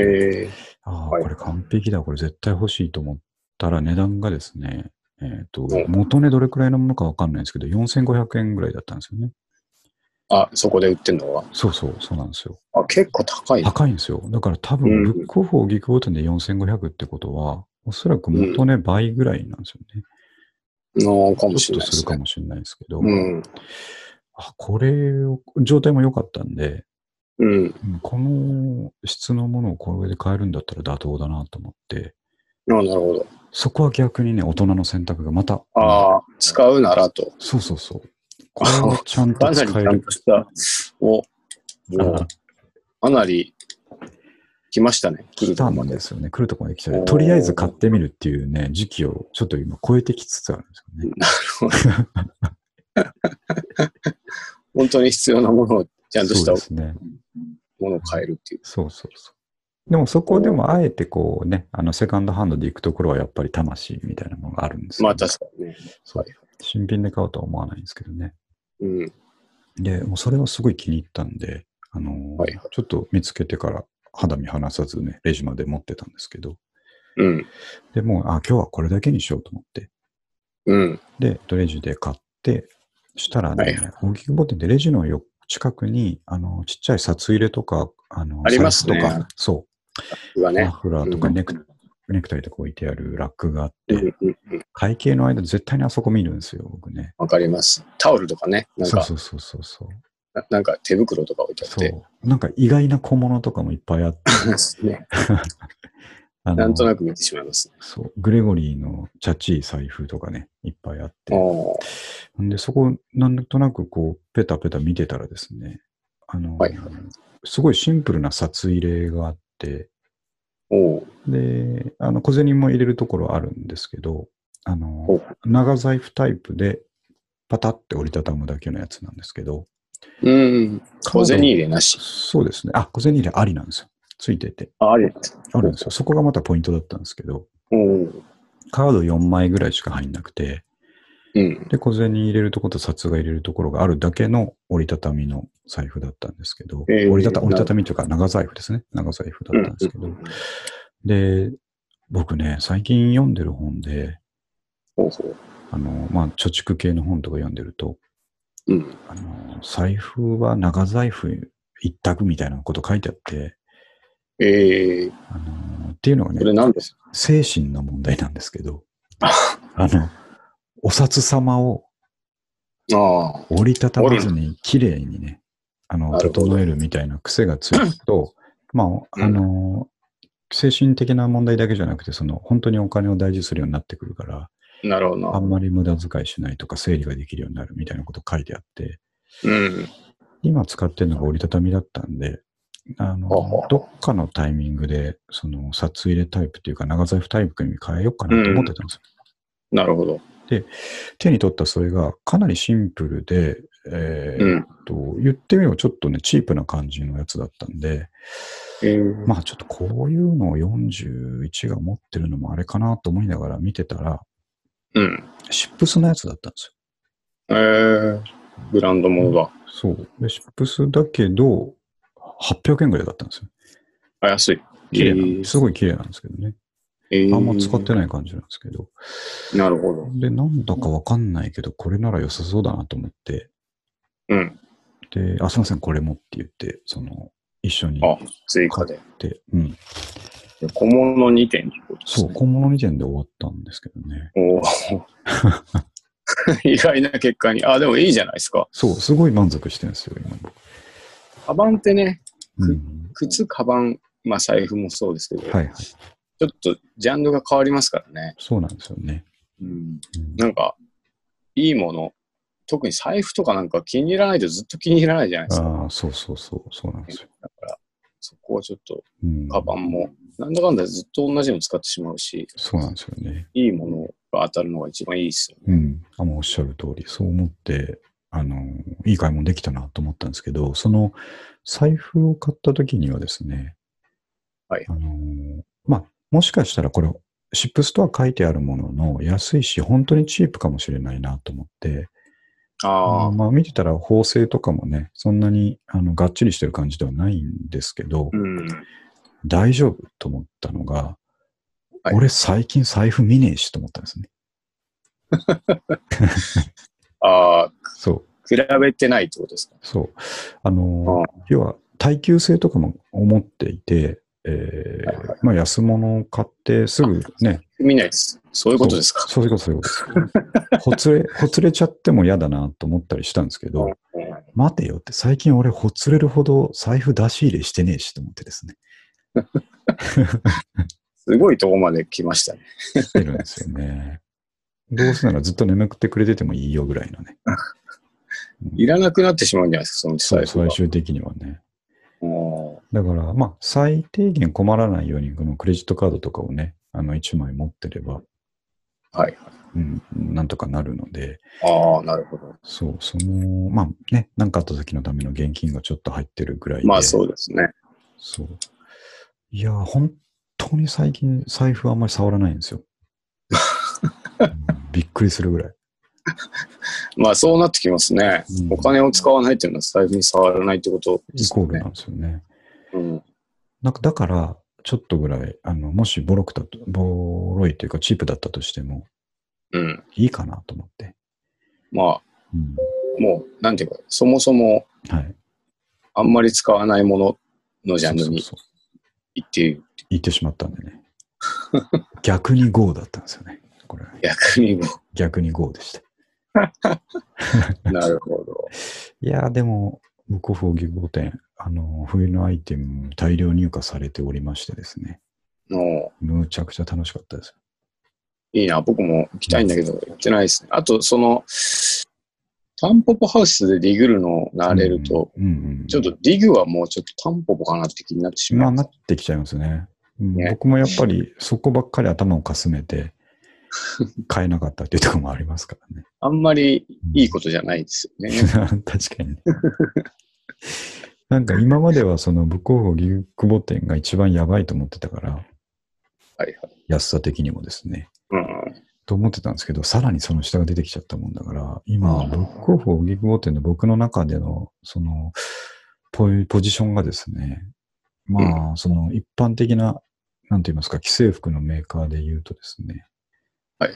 Speaker 2: え
Speaker 1: ああ、
Speaker 2: はい
Speaker 1: これ完璧だ、これ絶対欲しいと思ったら値段がですね、えっ、と
Speaker 2: お、
Speaker 1: 元値どれくらいのものかわかんないんですけど、4500円ぐらいだったんですよね。
Speaker 2: あ、そこで売ってんのは。
Speaker 1: そうそう、そうなんですよ。
Speaker 2: あ、結構高い。
Speaker 1: 高いんですよ。だから多
Speaker 2: う
Speaker 1: 分、
Speaker 2: ん
Speaker 1: ブックオフをギクボーテンで4500ってことは、おそらく元値倍ぐらいなんですよね。
Speaker 2: のかもし
Speaker 1: ちょ
Speaker 2: れ
Speaker 1: っ
Speaker 2: ない
Speaker 1: と
Speaker 2: です
Speaker 1: る
Speaker 2: す
Speaker 1: か
Speaker 2: ね。
Speaker 1: もしれないですけど、
Speaker 2: うん。
Speaker 1: あこれを、状態も良かったんで、
Speaker 2: うん。
Speaker 1: うんこの質のものをこの上で買えるんだったら妥当だなと思って、
Speaker 2: ああ、なるほど。
Speaker 1: そこは逆にね、大人の選択がまた、
Speaker 2: ああ、使うならと。
Speaker 1: そうそうそう。これをちゃんと
Speaker 2: かなり
Speaker 1: 使え
Speaker 2: ちゃん
Speaker 1: る。
Speaker 2: とした。お、もうかなり来ましたね。
Speaker 1: 来
Speaker 2: 来る
Speaker 1: た
Speaker 2: と
Speaker 1: ん
Speaker 2: まで
Speaker 1: で。すよね。来るとこまで来ちゃ
Speaker 2: お
Speaker 1: う。
Speaker 2: ー
Speaker 1: とりあえず買ってみるっていうね、時期をちょっと今超えてきつつあるんですよね。
Speaker 2: 本当に必要なものをちゃんとし
Speaker 1: そう
Speaker 2: たも
Speaker 1: ですね。
Speaker 2: のを買えるっていう。
Speaker 1: そうそうそう。でもそこでもあえてこうね、あのセカンドハンドで行くところはやっぱり魂みたいなものがあるんですよ、
Speaker 2: ま
Speaker 1: ね
Speaker 2: あ。確かにね。
Speaker 1: そう新品で買おうとは思わないんですけどね。
Speaker 2: うん。
Speaker 1: で、もうそれはすごい気に入ったんで、あのー
Speaker 2: はい
Speaker 1: ちょっと見つけてから肌身離さずね、レジまで持ってたんですけど、
Speaker 2: うん。
Speaker 1: でもう、あ、今日はこれだけにしようと思って、
Speaker 2: うん。
Speaker 1: で、レジで買って、したら
Speaker 2: はい
Speaker 1: ね、大きくボテンでレジのよ近くに、あのー、ちっちゃい札入れとか、あのー、
Speaker 2: ありますね
Speaker 1: 財布とか、そ
Speaker 2: が
Speaker 1: う、マ
Speaker 2: ね。
Speaker 1: フラーとか
Speaker 2: うん
Speaker 1: ネク,、ネクタイとか置いてあるラックがあっ
Speaker 2: う
Speaker 1: て、
Speaker 2: んうんうん。
Speaker 1: 会計の間絶対にあそこ見るんですよ、僕ね。
Speaker 2: わかります。タオルとかね。なん
Speaker 1: そう
Speaker 2: か、
Speaker 1: そうそうそうそう。
Speaker 2: ななんか手袋とか置いてあっ
Speaker 1: そ
Speaker 2: て。
Speaker 1: う。なんか意外な小物とかもいっぱいあって、
Speaker 2: ね
Speaker 1: あのー
Speaker 2: なんとなく見てしまいますね。
Speaker 1: そう、グレゴリーのチャチい財布とかね、いっぱいあって。
Speaker 2: おー
Speaker 1: んで、そこ、なんとなくこう、ペタペタ見てたらですね、あの、
Speaker 2: はい
Speaker 1: すごいシンプルな札入れがあって、
Speaker 2: おー
Speaker 1: で、あの、小銭も入れるところあるんですけど、あ
Speaker 2: お
Speaker 1: の、長財布タイプで、パタって折りたたむだけのやつなんですけど、
Speaker 2: うん。小銭入
Speaker 1: れ
Speaker 2: れなし。
Speaker 1: そうですね。あ、小銭入れありなんですよ。ついてて。
Speaker 2: あ、ありだった。
Speaker 1: あるんですよ。そこがまたポイントだったんですけど、
Speaker 2: おー
Speaker 1: カード4枚ぐらいしか入んなくて、
Speaker 2: うん。
Speaker 1: で、小銭入れるところと札が入れるところがあるだけの折りたたみの財布だったんですけど、
Speaker 2: えー
Speaker 1: 折りたた
Speaker 2: な
Speaker 1: 折りたたみというか長財布ですね。長財布だったんですけど、
Speaker 2: うん
Speaker 1: で、僕ね、最近読んでる本で、
Speaker 2: ほうほう。
Speaker 1: あの、まあ、貯蓄系の本とか読んでると、
Speaker 2: うん。
Speaker 1: あの、財布は長財布一択みたいなこと書いてあって、
Speaker 2: ええー、
Speaker 1: あの、っていうのが
Speaker 2: これ
Speaker 1: ね、
Speaker 2: 何ですか
Speaker 1: 精神 の問題なんですけど、あの、お札様を
Speaker 2: ああ、
Speaker 1: 折りたたまずに綺麗にね、あの、
Speaker 2: なるほど
Speaker 1: 整えるみたいな癖がつく と、まあ、あの、精神的な問題だけじゃなくて、その、本当にお金を大事にするようになってくるから、
Speaker 2: なるほど
Speaker 1: あ
Speaker 2: な。
Speaker 1: んまり無駄遣いしないとか、整理ができるようになるみたいなこと書いてあって、
Speaker 2: うん。
Speaker 1: 今使ってるのが折りたたみだったんで、あの
Speaker 2: ほうほう、
Speaker 1: どっかのタイミングで、その、札入れタイプっていうか、長財布タイプに変えようかなと思ってたんですよ。
Speaker 2: なるほど。
Speaker 1: 手に取ったそれが、かなりシンプルで、えー
Speaker 2: うん。
Speaker 1: と、言ってみればちょっとね、チープな感じのやつだったんで、
Speaker 2: えー
Speaker 1: まあちょっとこういうのを41が持ってるのもあれかなと思いながら見てたら、
Speaker 2: うん。
Speaker 1: シップスのやつだったんです
Speaker 2: えー、ブランドものだ。
Speaker 1: よ。そう。で、シップスだけど、800円ぐらいだったんですよ。
Speaker 2: あ、安い。
Speaker 1: 綺麗な、
Speaker 2: えー
Speaker 1: すごい綺麗なんですけどね。
Speaker 2: えー
Speaker 1: あんま使ってない感じなんですけど。
Speaker 2: なるほど。
Speaker 1: で、なんだかわかんないけど、これなら良さそうだなと思って、
Speaker 2: うん。
Speaker 1: で、あ、すいません、これもって言って、その、一緒に
Speaker 2: あ
Speaker 1: 行っ、
Speaker 2: 追加で。
Speaker 1: て、うん。
Speaker 2: 小物2点ということです
Speaker 1: そう、
Speaker 2: ね。
Speaker 1: 小物2点で終わったんですけどね。
Speaker 2: おー意外な結果に。あ、でもいいじゃないですか。
Speaker 1: そう、すごい満足してるんですよ、今。
Speaker 2: カバンってね、
Speaker 1: うん、
Speaker 2: 靴、カバン、まあ財布もそうですけど、
Speaker 1: はいはい。
Speaker 2: ちょっとジャンルが変わりますからね。
Speaker 1: そうなんですよね。
Speaker 2: うん、
Speaker 1: うん
Speaker 2: なんか、いいもの、特に財布とかなんか気に入らないとずっと気に入らないじゃないですか。
Speaker 1: ああ、そうそうそう、そうなんですよ。
Speaker 2: だから、そこはちょっと、
Speaker 1: うん、
Speaker 2: カバンも、なんだかんだずっと同じの使ってしまうし、
Speaker 1: そうなんですよね。
Speaker 2: いいものが当たるのが一番いいですよね。
Speaker 1: うん。あもうおっしゃる通り、そう思って、あの、いい買い物できたなと思ったんですけど、その財布を買った時にはですね、
Speaker 2: はい
Speaker 1: あの、まあ、もしかしたらこれ、シップスとは書いてあるものの、安いし、本当にチープかもしれないなと思って、
Speaker 2: ああ、
Speaker 1: まあ見てたら縫製とかもね、そんなにあのがっちりしてる感じではないんですけど、
Speaker 2: うん。
Speaker 1: 大丈夫と思ったのが、
Speaker 2: はい
Speaker 1: 俺最近財布見ねえしと思ったんですね。
Speaker 2: ああ、
Speaker 1: そう、
Speaker 2: 比べてないってことですか。
Speaker 1: そう。あのー要は耐久性とかも思っていて、えー
Speaker 2: はいは
Speaker 1: まあ安物を買ってすぐね、
Speaker 2: 見ないです。そういうことですか。
Speaker 1: そうそういうこと、そういうことです。ほ つれ、ほつれちゃっても嫌だなと思ったりしたんですけど、
Speaker 2: うん
Speaker 1: 待てよって、最近俺ほつれるほど財布出し入れしてねえしと思ってですね。
Speaker 2: すごいとこまで来ましたね。
Speaker 1: ってるんですよね。どうせならずっと眠くってくれててもいいよぐらいのね。
Speaker 2: いらなくなってしまうんじゃないですか、そのうち
Speaker 1: そ
Speaker 2: 財
Speaker 1: う
Speaker 2: 布が
Speaker 1: 最。終的にはね。
Speaker 2: おー
Speaker 1: だから、まあ、最低限困らないように、このクレジットカードとかをね、あの、1枚持ってれば、
Speaker 2: はい。
Speaker 1: うん、なんとかなるので、
Speaker 2: ああ、なるほど。
Speaker 1: そう、その、まあね、なんかあった時のための現金がちょっと入ってるぐらいで。
Speaker 2: まあそうですね。
Speaker 1: そう。いやー、本当に最近、財布あんまり触らないんです よ。うんびっくりするぐらい。
Speaker 2: まあそうなってきますね。
Speaker 1: うん
Speaker 2: お金を使わないっていうのは財布に触らないってことで
Speaker 1: イ
Speaker 2: す
Speaker 1: コ
Speaker 2: よ
Speaker 1: ール
Speaker 2: ね。
Speaker 1: なんですよね。
Speaker 2: うん、
Speaker 1: なんかだから、ちょっとぐらい、あの、もしボロくたと、ボロいというかチープだったとしても、
Speaker 2: うん。
Speaker 1: いいかなと思って。
Speaker 2: まあ、
Speaker 1: うん。
Speaker 2: もう、なんていうか、そもそも
Speaker 1: はい。
Speaker 2: あんまり使わないもののジャンルに
Speaker 1: そうそうそう
Speaker 2: 行っている。
Speaker 1: 言ってしまったんでね。逆に GO だったんですよね。これは
Speaker 2: 逆にも。
Speaker 1: 逆に GO でした。
Speaker 2: なるほど。
Speaker 1: いやー、でも、向こうフォーギ5点、あの、冬のアイテム大量入荷されておりましてですね。
Speaker 2: も
Speaker 1: むちゃくちゃ楽しかったです。
Speaker 2: う、いいな。僕も行きたいんだけど、行ってないですね。あと、その、タンポポハウスでディグルの
Speaker 1: あ
Speaker 2: なれると、、
Speaker 1: うんうんうん
Speaker 2: ちょっとディグはもうちょっとタンポポかなって気になってし
Speaker 1: ま
Speaker 2: ま
Speaker 1: あ、
Speaker 2: う。
Speaker 1: なってきちゃいますね。うん
Speaker 2: ね
Speaker 1: 僕もやっぱりそこばっかり頭をかすめ て、買えなかったっていうところもありますからね。
Speaker 2: あんまりいいことじゃないですよ ね。
Speaker 1: 確かにね。なんか今まではその武甲法牛久保店が一番やばいと思ってたから、
Speaker 2: はいはい。
Speaker 1: 安さ的にもですね。
Speaker 2: うん。
Speaker 1: と思ってたんですけど、さらにその下が出てきちゃったもんだから、今、
Speaker 2: うん
Speaker 1: ブックオフ、荻窪店の僕の中での、その、ポイポジションがですね、まあ、その一般的な、なんて言いますか、既製服のメーカーで言うとですね、
Speaker 2: はい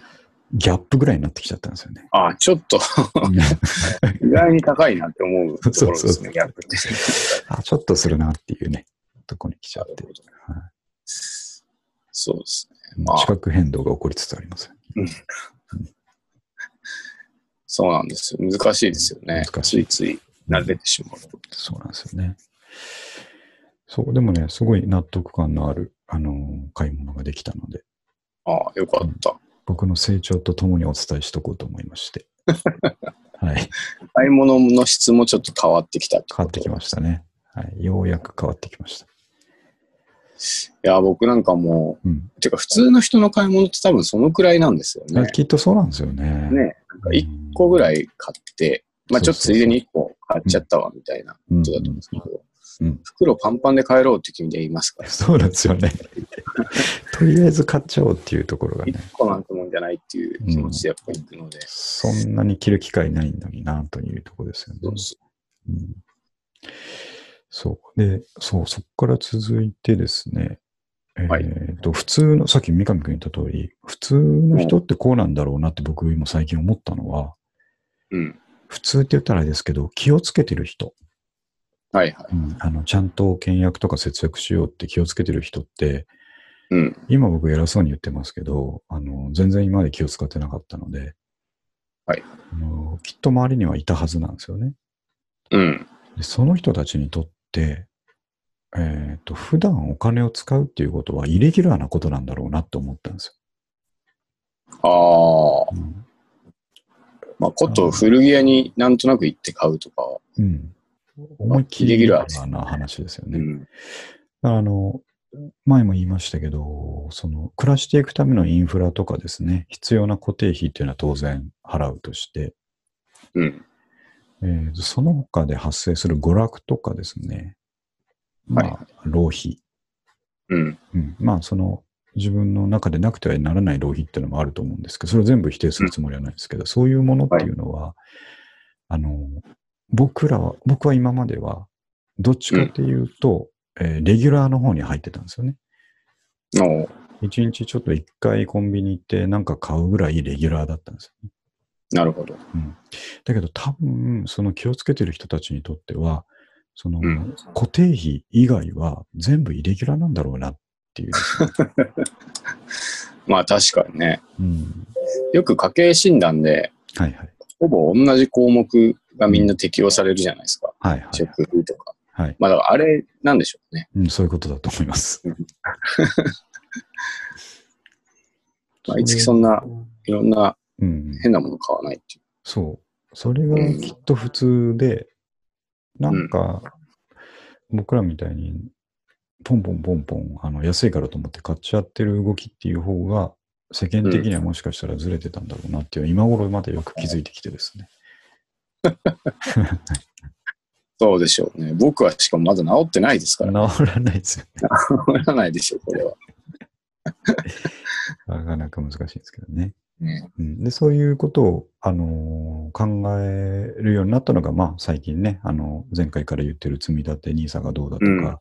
Speaker 1: ギャップぐらいになってきちゃったんですよね。
Speaker 2: あ、ちょっと意外に高いなって思うと ころで
Speaker 1: そう
Speaker 2: す
Speaker 1: そう
Speaker 2: ね、ギャップって。
Speaker 1: あ、ちょっとするなっていうね、とこに来ちゃって、は
Speaker 2: そうです
Speaker 1: い
Speaker 2: ね。まあ
Speaker 1: 地殻変動が起こりつつあります。
Speaker 2: そうなんですよ。難しいですよね。
Speaker 1: 難
Speaker 2: つ
Speaker 1: し
Speaker 2: いつい慣れてしまう。
Speaker 1: そうなんですよね。そう、でもね、すごい納得感のある、あのー買い物ができたので、
Speaker 2: ああ、よかった。
Speaker 1: 僕の成長とともにお伝えしとこうと思いま して。はい。
Speaker 2: 買い物の質もちょっと変わってきたってこと
Speaker 1: 変わってきましたね。はい。ようやく変わってきました。
Speaker 2: いや、僕なんかも
Speaker 1: うん。
Speaker 2: う、てか普通の人の買い物って多分そのくらいなんですよね。
Speaker 1: きっとそうなんですよね。
Speaker 2: ね、なんか1
Speaker 1: 1
Speaker 2: 個ぐら
Speaker 1: い
Speaker 2: い買って、まあちょっとついでに1個買っちゃったわみたいなことだと思うんですけど、
Speaker 1: うんうん
Speaker 2: 袋パンパンで帰ろうって君で言いますから、
Speaker 1: そうなんですよね。 とりあえず買っちゃおうっていうところがね
Speaker 2: 1。個なんてもんじゃないっていう気持ちでやっぱ行くので、
Speaker 1: そんなに着る機会ないのにな、というところですよね。
Speaker 2: そうそ
Speaker 1: うんそう。で、そう、そこから続いてですね、え
Speaker 2: はい
Speaker 1: ーと、普通の、さっき三上君言った通り、普通の人ってこうなんだろうなって僕も最近思ったのは、
Speaker 2: ううん。
Speaker 1: 普通って言ったらあれですけど、気をつけてる人、
Speaker 2: はいは
Speaker 1: う
Speaker 2: い。
Speaker 1: んあの、ちゃんと倹約とか節約しようって気をつけてる人って、
Speaker 2: うん。
Speaker 1: 今僕偉そうに言ってますけど、あの、全然今まで気を使ってなかったので、
Speaker 2: はい
Speaker 1: あのきっと周りにはいたはずなんですよね。
Speaker 2: うん。
Speaker 1: でその人たちにとって、えっ、と、普段お金を使うっていうことは、イレギュラーなことなんだろうなって思ったんですよ。
Speaker 2: ああ、
Speaker 1: うん。
Speaker 2: まあこと古着屋になんとなく行って買うとかは、
Speaker 1: うん、思いっきり
Speaker 2: イレギュラーです
Speaker 1: な話ですよ
Speaker 2: う
Speaker 1: ね。
Speaker 2: ん。
Speaker 1: だからあの、前も言いましたけど、その、暮らしていくためのインフラとかですね、必要な固定費っていうのは当然払うとして、
Speaker 2: うん。
Speaker 1: えーその他で発生する娯楽とかですね、ま
Speaker 2: は
Speaker 1: あ、浪費、
Speaker 2: うん。
Speaker 1: うん、まあその自分の中でなくてはならない浪費っていうのもあると思うんですけどそれを全部否定するつもりはないですけど、そういうものっていうのは、あの僕らは僕は今まではどっちかっていうと、えーレギュラーの方に入ってたんですよね。
Speaker 2: おー
Speaker 1: 一日ちょっと一回コンビニ行ってなんか買うぐらいレギュラーだったんですよね。
Speaker 2: なるほど。
Speaker 1: だけど多分、その気をつけてる人たちにとっては、その
Speaker 2: うん
Speaker 1: 固定費以外は全部イレギュラーなんだろうなっていう。
Speaker 2: まあ確かにね。
Speaker 1: うん、
Speaker 2: よく家計診断で、
Speaker 1: はいはい。
Speaker 2: ほぼ同じ項目がみんな適用されるじゃないですか。
Speaker 1: はいはい。
Speaker 2: 食費とか。
Speaker 1: はい。
Speaker 2: まあだからあれなんでしょうね。
Speaker 1: うん、そういうことだと思います。
Speaker 2: まあ、いつきそんな、いろんな
Speaker 1: うん、
Speaker 2: 変なもの買わないっていう。
Speaker 1: そう。それがきっと普通で、なんか、僕らみたいに、ポンポンポンポン、あの、安いからと思って買っちゃってる動きっていう方が、世間的にはもしかしたらずれてたんだろうなっていう、今頃までよく気づいてきてですね。
Speaker 2: そうでしょうね。僕はしかもまだ治ってないですから。
Speaker 1: 治らないですよね。
Speaker 2: 治らないでしょう、これは。
Speaker 1: なかなか難しいですけどね。
Speaker 2: ね
Speaker 1: うん、で、そういうことを、あのー考えるようになったのが、まあ、最近ね、あの、前回から言ってる積み立て NISA がどうだとか、
Speaker 2: うん
Speaker 1: っ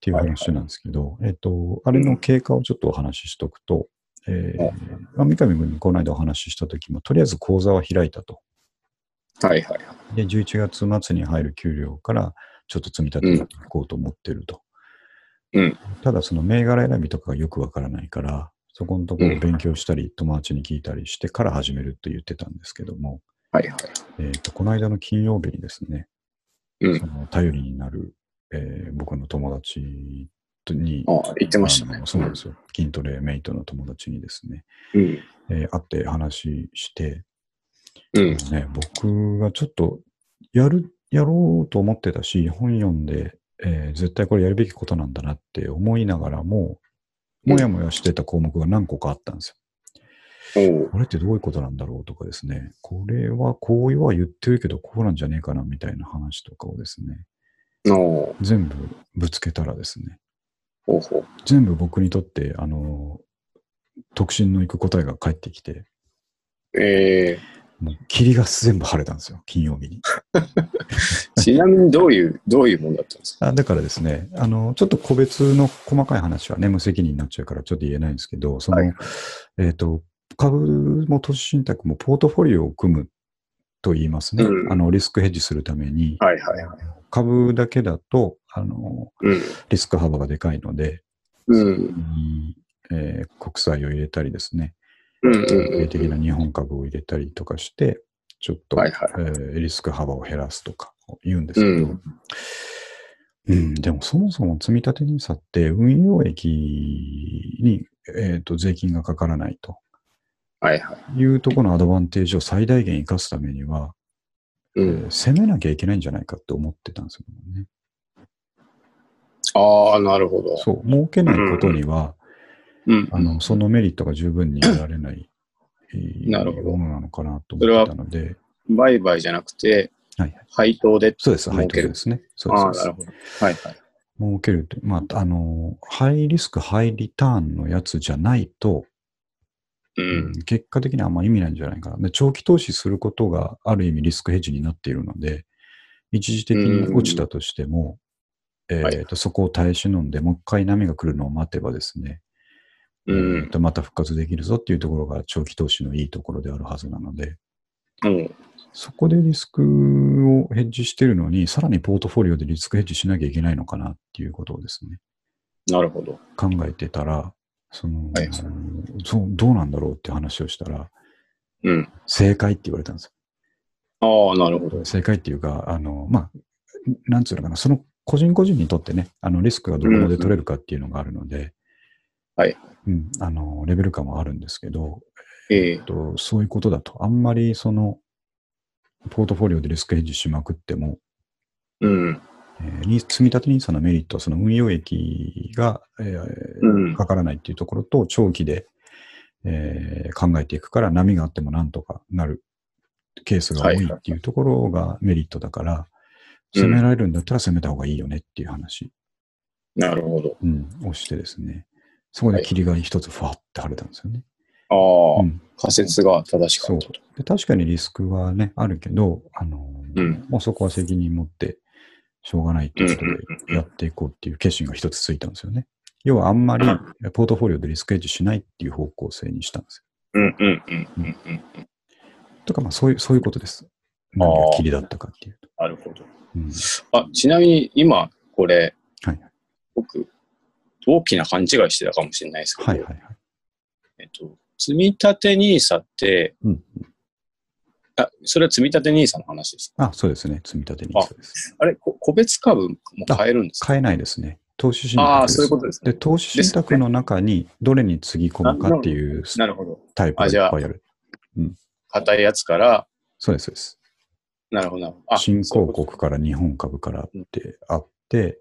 Speaker 1: ていう話なんですけど、えっ、と、あれの経過をちょっとお話ししとくと、えー
Speaker 2: はい
Speaker 1: まあ、三上君にこの間お話しした時も、とりあえず口座は開いたと。
Speaker 2: はいはいはい。
Speaker 1: で、11月末に入る給料から、ちょっと積み立てていこうと思ってると。
Speaker 2: うん
Speaker 1: ただ、その銘柄選びとかがよくわからないから、そこのとこ
Speaker 2: う
Speaker 1: ろ
Speaker 2: ん
Speaker 1: 勉強したり、友達に聞いたりしてから始めると言ってたんですけども、
Speaker 2: はいはい。
Speaker 1: えーとこの間の金曜日にですね、
Speaker 2: うん
Speaker 1: その頼りになる、えー僕の友達とに、
Speaker 2: ああ、言ってました
Speaker 1: あ
Speaker 2: ね
Speaker 1: の。そうなんですよ。筋トレメイトの友達にですね、
Speaker 2: うん。
Speaker 1: えー会って話して、
Speaker 2: うん。
Speaker 1: ね、僕がちょっとやる、やろうと思ってたし、本読んで、えー絶対これやるべきことなんだなって思いながらも、もやもやしてた項目が何個かあったんですよ。
Speaker 2: おう
Speaker 1: これってどういうことなんだろうとかですね、これはこうは言ってるけど、こうなんじゃねえかなみたいな話とかをですね、
Speaker 2: おう
Speaker 1: 全部ぶつけたらですね、
Speaker 2: ほうほう。
Speaker 1: 全部僕にとって、あの、特進のいく答えが返ってきて、
Speaker 2: え
Speaker 1: もう霧が全部晴れたんですよ、金曜日に。
Speaker 2: ー、ちなみにどういう、どういうものだったんですか
Speaker 1: あだからですねあの、ちょっと個別の細かい話はね、無責任になっちゃうからちょっと言えないんですけど、その、
Speaker 2: はい
Speaker 1: えっ、と、株も投資信託もポートフォリオを組むと言いますね。
Speaker 2: うん
Speaker 1: あの、リスクヘッジするために、
Speaker 2: はいはいはい。
Speaker 1: 株だけだと、あの、
Speaker 2: うん。
Speaker 1: リスク幅がでかいので、
Speaker 2: うん。
Speaker 1: うんえー国債を入れたりですね、
Speaker 2: うん。うん
Speaker 1: 定
Speaker 2: う
Speaker 1: 的
Speaker 2: ん。
Speaker 1: な日本株を入れたりとかして、ちょっと、
Speaker 2: はいはい
Speaker 1: えーリスク幅を減らすとか言うんですけど、
Speaker 2: う
Speaker 1: うんん、でもそもそも積立 NISA って運用益に、えー、と税金がかからないと
Speaker 2: はいはい。
Speaker 1: いうところのアドバンテージを最大限生かすためには、
Speaker 2: う
Speaker 1: え
Speaker 2: ん。
Speaker 1: ー攻めなきゃいけないんじゃないかって思ってたんですよね。
Speaker 2: ああ、なるほど。
Speaker 1: そう、儲けないことには、
Speaker 2: うん。
Speaker 1: あの、そのメリットが十分に得られない、えー
Speaker 2: なるほど
Speaker 1: ものなのかなと思ってたので、
Speaker 2: 売買じゃなくて、
Speaker 1: はいはい、
Speaker 2: 配当で。
Speaker 1: そうです、配
Speaker 2: 儲
Speaker 1: 当
Speaker 2: ける
Speaker 1: ですね。そう
Speaker 2: ああ、
Speaker 1: です
Speaker 2: な
Speaker 1: そう
Speaker 2: る
Speaker 1: で
Speaker 2: ほど。はいはい。
Speaker 1: す。儲けるという、まあ、あの、ハイリスク、ハイリターンのやつじゃないと、
Speaker 2: う
Speaker 1: うん
Speaker 2: ん。
Speaker 1: 結果的にあんま意味ないんじゃないかな。で長期投資することがある意味リスクヘッジになっているので、一時的に落ちたとしても、え
Speaker 2: は
Speaker 1: ーとそこを耐え忍んで、もう一回波が来るのを待てばですね、
Speaker 2: う
Speaker 1: えー
Speaker 2: ん。
Speaker 1: とまた復活できるぞっていうところが長期投資のいいところであるはずなので、
Speaker 2: うん。
Speaker 1: そこでリスクをヘッジしてるのに、さらにポートフォリオでリスクヘッジしなきゃいけないのかなっていうことをですね、
Speaker 2: なるほど。
Speaker 1: 考えてたら、その、
Speaker 2: はい
Speaker 1: そうどうなんだろうって話をしたら、
Speaker 2: うん。
Speaker 1: 正解って言われたんです
Speaker 2: ああ、なるほど。
Speaker 1: よ。正解っていうか、あの、まあ、なんつうのかな、その個人個人にとってね、あのリスクがどこまで取れるかっていうのがあるので、
Speaker 2: はい。
Speaker 1: うん、あの、レベル感はあるんですけど、
Speaker 2: ええ
Speaker 1: えっと、そういうことだと、あんまりその、ポートフォリオでリスクヘッジしまくっても、
Speaker 2: うん。
Speaker 1: えーに積み立て NISA のメリットは、その運用益が、えー
Speaker 2: うん。
Speaker 1: かからないっていうところと、長期で、えー考えていくから、波があってもなんとかなるケースが多いっていうところがメリットだから、
Speaker 2: うん
Speaker 1: 攻められるんだったら攻めた方がいいよねっていう話、
Speaker 2: なるほど。
Speaker 1: うん、をしてですね、そこで霧が一つふわって晴れたんですよね。
Speaker 2: ああ、
Speaker 1: うん
Speaker 2: 仮説が正しか
Speaker 1: そう
Speaker 2: ったと。
Speaker 1: で確かにリスクはね、あるけど、あのー
Speaker 2: うん
Speaker 1: もうそこは責任持って、しょうがないっていうこ
Speaker 2: うんうん
Speaker 1: とでやっていこうっていう決心が一つついたんですよね。要はあんまりポートフォリオでリスクエッジしないっていう方向性にしたんです
Speaker 2: うんうんうんうんうん。
Speaker 1: よ。とか、まあそういう、そういうことです。何が霧だったかっていうと。
Speaker 2: なるほど。
Speaker 1: うん、
Speaker 2: あ、ちなみに今、これ、
Speaker 1: はいはい
Speaker 2: 僕、大きな勘違いしてたかもしれないですけど、
Speaker 1: はいはいはい。
Speaker 2: えっと、積立 NISA って、
Speaker 1: うん
Speaker 2: あ、それは積立 NISA の話です。
Speaker 1: あ、そうですね。積み立てにそうです。
Speaker 2: あれ、こ個別株も買えるんですか
Speaker 1: 買えないですね。投資信託です。
Speaker 2: ああー、そういうことです
Speaker 1: で、
Speaker 2: ね。
Speaker 1: 投資信託の中にどれにつぎ込むかっていう
Speaker 2: なるほど。
Speaker 1: タイプがいっぱいある。
Speaker 2: 硬いやつから、
Speaker 1: そうです、そうです。
Speaker 2: なるほどなるほど。あ
Speaker 1: 新
Speaker 2: そういう
Speaker 1: 興
Speaker 2: こと
Speaker 1: 国から日本株からってあって、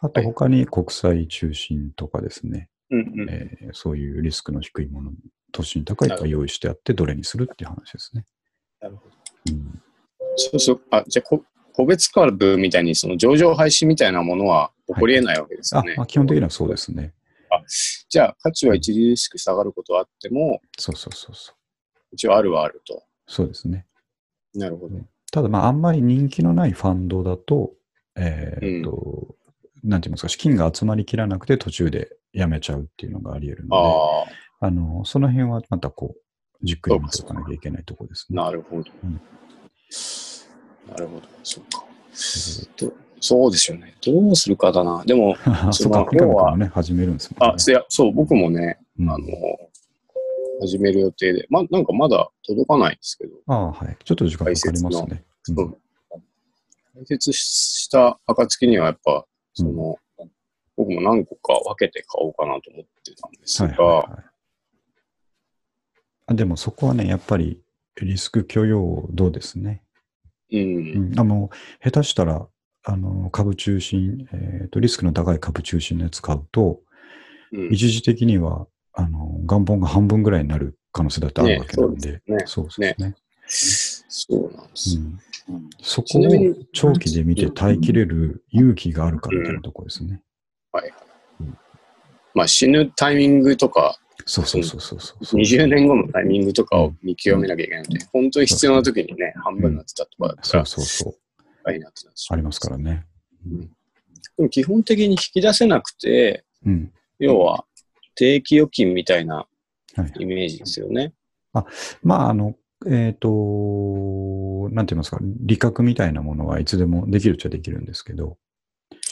Speaker 1: あと他に国際中心とかですね、
Speaker 2: うんうん。
Speaker 1: えーそういうリスクの低いもの、都心高いとか用意してあって、どれにするっていう話ですね。
Speaker 2: なるほど。
Speaker 1: うん
Speaker 2: そうそう。あ、じゃあ、こ個別株みたいに、その上場廃止みたいなものは起こり得ないわけですよ
Speaker 1: あ
Speaker 2: ね。
Speaker 1: まあ、基本的にはそうですね。
Speaker 2: じゃあ、価値は著しく下がることはあっても、
Speaker 1: そうそうそうそう。
Speaker 2: 一応あるはあると。
Speaker 1: そうですね。
Speaker 2: なるほど。
Speaker 1: ただ、まあ、あんまり人気のないファンドだと、えーっと、なんて言いますか、資金が集まりきらなくて途中でやめちゃうっていうのがあり得るので、
Speaker 2: ああ、
Speaker 1: あの、その辺はまたこう、じっくり見ておかなきゃいけないところですね。
Speaker 2: なるほど。
Speaker 1: うん
Speaker 2: なるほど。そうか。どそうですよね。どうするかだな。でも、
Speaker 1: そうか、今
Speaker 2: 要
Speaker 1: 回
Speaker 2: は
Speaker 1: もね、始めるんですもん
Speaker 2: あ
Speaker 1: ね。、
Speaker 2: いや、そう、僕もね、
Speaker 1: うん
Speaker 2: あの、始める予定で、ま、なんかまだ届かないんですけど、
Speaker 1: ああはい。ちょっと時間かかりますね。
Speaker 2: そ
Speaker 1: うん
Speaker 2: う解説した暁にはやっぱ、その、僕も何個か分けて買おうかなと思ってたんです
Speaker 1: はい
Speaker 2: が、
Speaker 1: はいはいあ。でもそこはね、やっぱりリスク許容度ですね。
Speaker 2: う
Speaker 1: う
Speaker 2: ん、
Speaker 1: んあの、下手したら、あの、株中心、えーと、リスクの高い株中心のやつ買うと、
Speaker 2: うん、
Speaker 1: 一時的には、あの、元本が半分ぐらいになる可能性だってあるわけなん
Speaker 2: ね
Speaker 1: で
Speaker 2: そうですね、
Speaker 1: そうですね。
Speaker 2: そうなんです
Speaker 1: う
Speaker 2: よ。
Speaker 1: んそ
Speaker 2: ち
Speaker 1: こ
Speaker 2: なみに
Speaker 1: を長期で見て耐えきれる勇気があるかみたいなところですね。
Speaker 2: まあ、死ぬタイミングとか、
Speaker 1: そうそうそうそうそうそう。
Speaker 2: 20年後のタイミングとかを見極めなきゃいけないので、本当に必要な時にね、半分になってたとかだった
Speaker 1: そ
Speaker 2: ら
Speaker 1: う、そうそう。
Speaker 2: ありなってたんです
Speaker 1: ありますからね。
Speaker 2: でも基本的に引き出せなくて、
Speaker 1: うん。
Speaker 2: 要は定期預金みたいな
Speaker 1: はい。
Speaker 2: イメージですよね。
Speaker 1: まあ、あの、えっ、と、なんて言いますか、利確みたいなものはいつでもできるっちゃできるんですけど、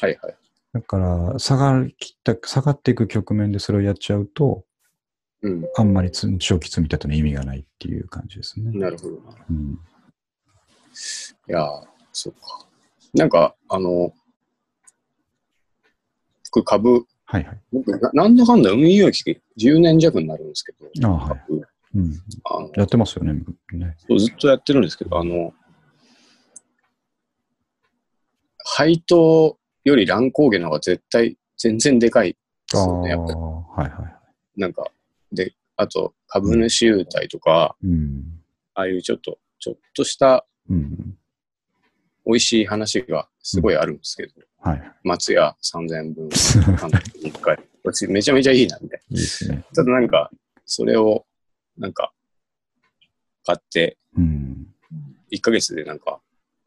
Speaker 2: はいはい。
Speaker 1: だから、下がりきった、下がっていく局面でそれをやっちゃうと、
Speaker 2: うん。
Speaker 1: あんまりつ長期積み立ての意味がないっていう感じですね。
Speaker 2: なるほどな。
Speaker 1: うん。
Speaker 2: いやー、そうか。なんか、あの、僕株、
Speaker 1: はいはい。
Speaker 2: 僕な、なんだかんだ運用期10年弱になるんですけど、
Speaker 1: あはい
Speaker 2: 株
Speaker 1: うん。
Speaker 2: あの
Speaker 1: やってますよね。ね
Speaker 2: そうずっとやってるんですけど、あの、配当より乱高下の方が絶対全然でかいです
Speaker 1: ああ
Speaker 2: よね、やっぱり。
Speaker 1: はいは
Speaker 2: なんか、で、あと株主優待とか、
Speaker 1: い。うん。
Speaker 2: ああいうちょっと、ちょっとした
Speaker 1: うん。
Speaker 2: 美味しい話がすごいあるんですけど、
Speaker 1: はい。
Speaker 2: 松屋3000分、1回。これめちゃめちゃいいな、みたい
Speaker 1: いいですね。
Speaker 2: な。ただなんか、それを、なんか、買って、
Speaker 1: うん。
Speaker 2: 1ヶ月でなんか、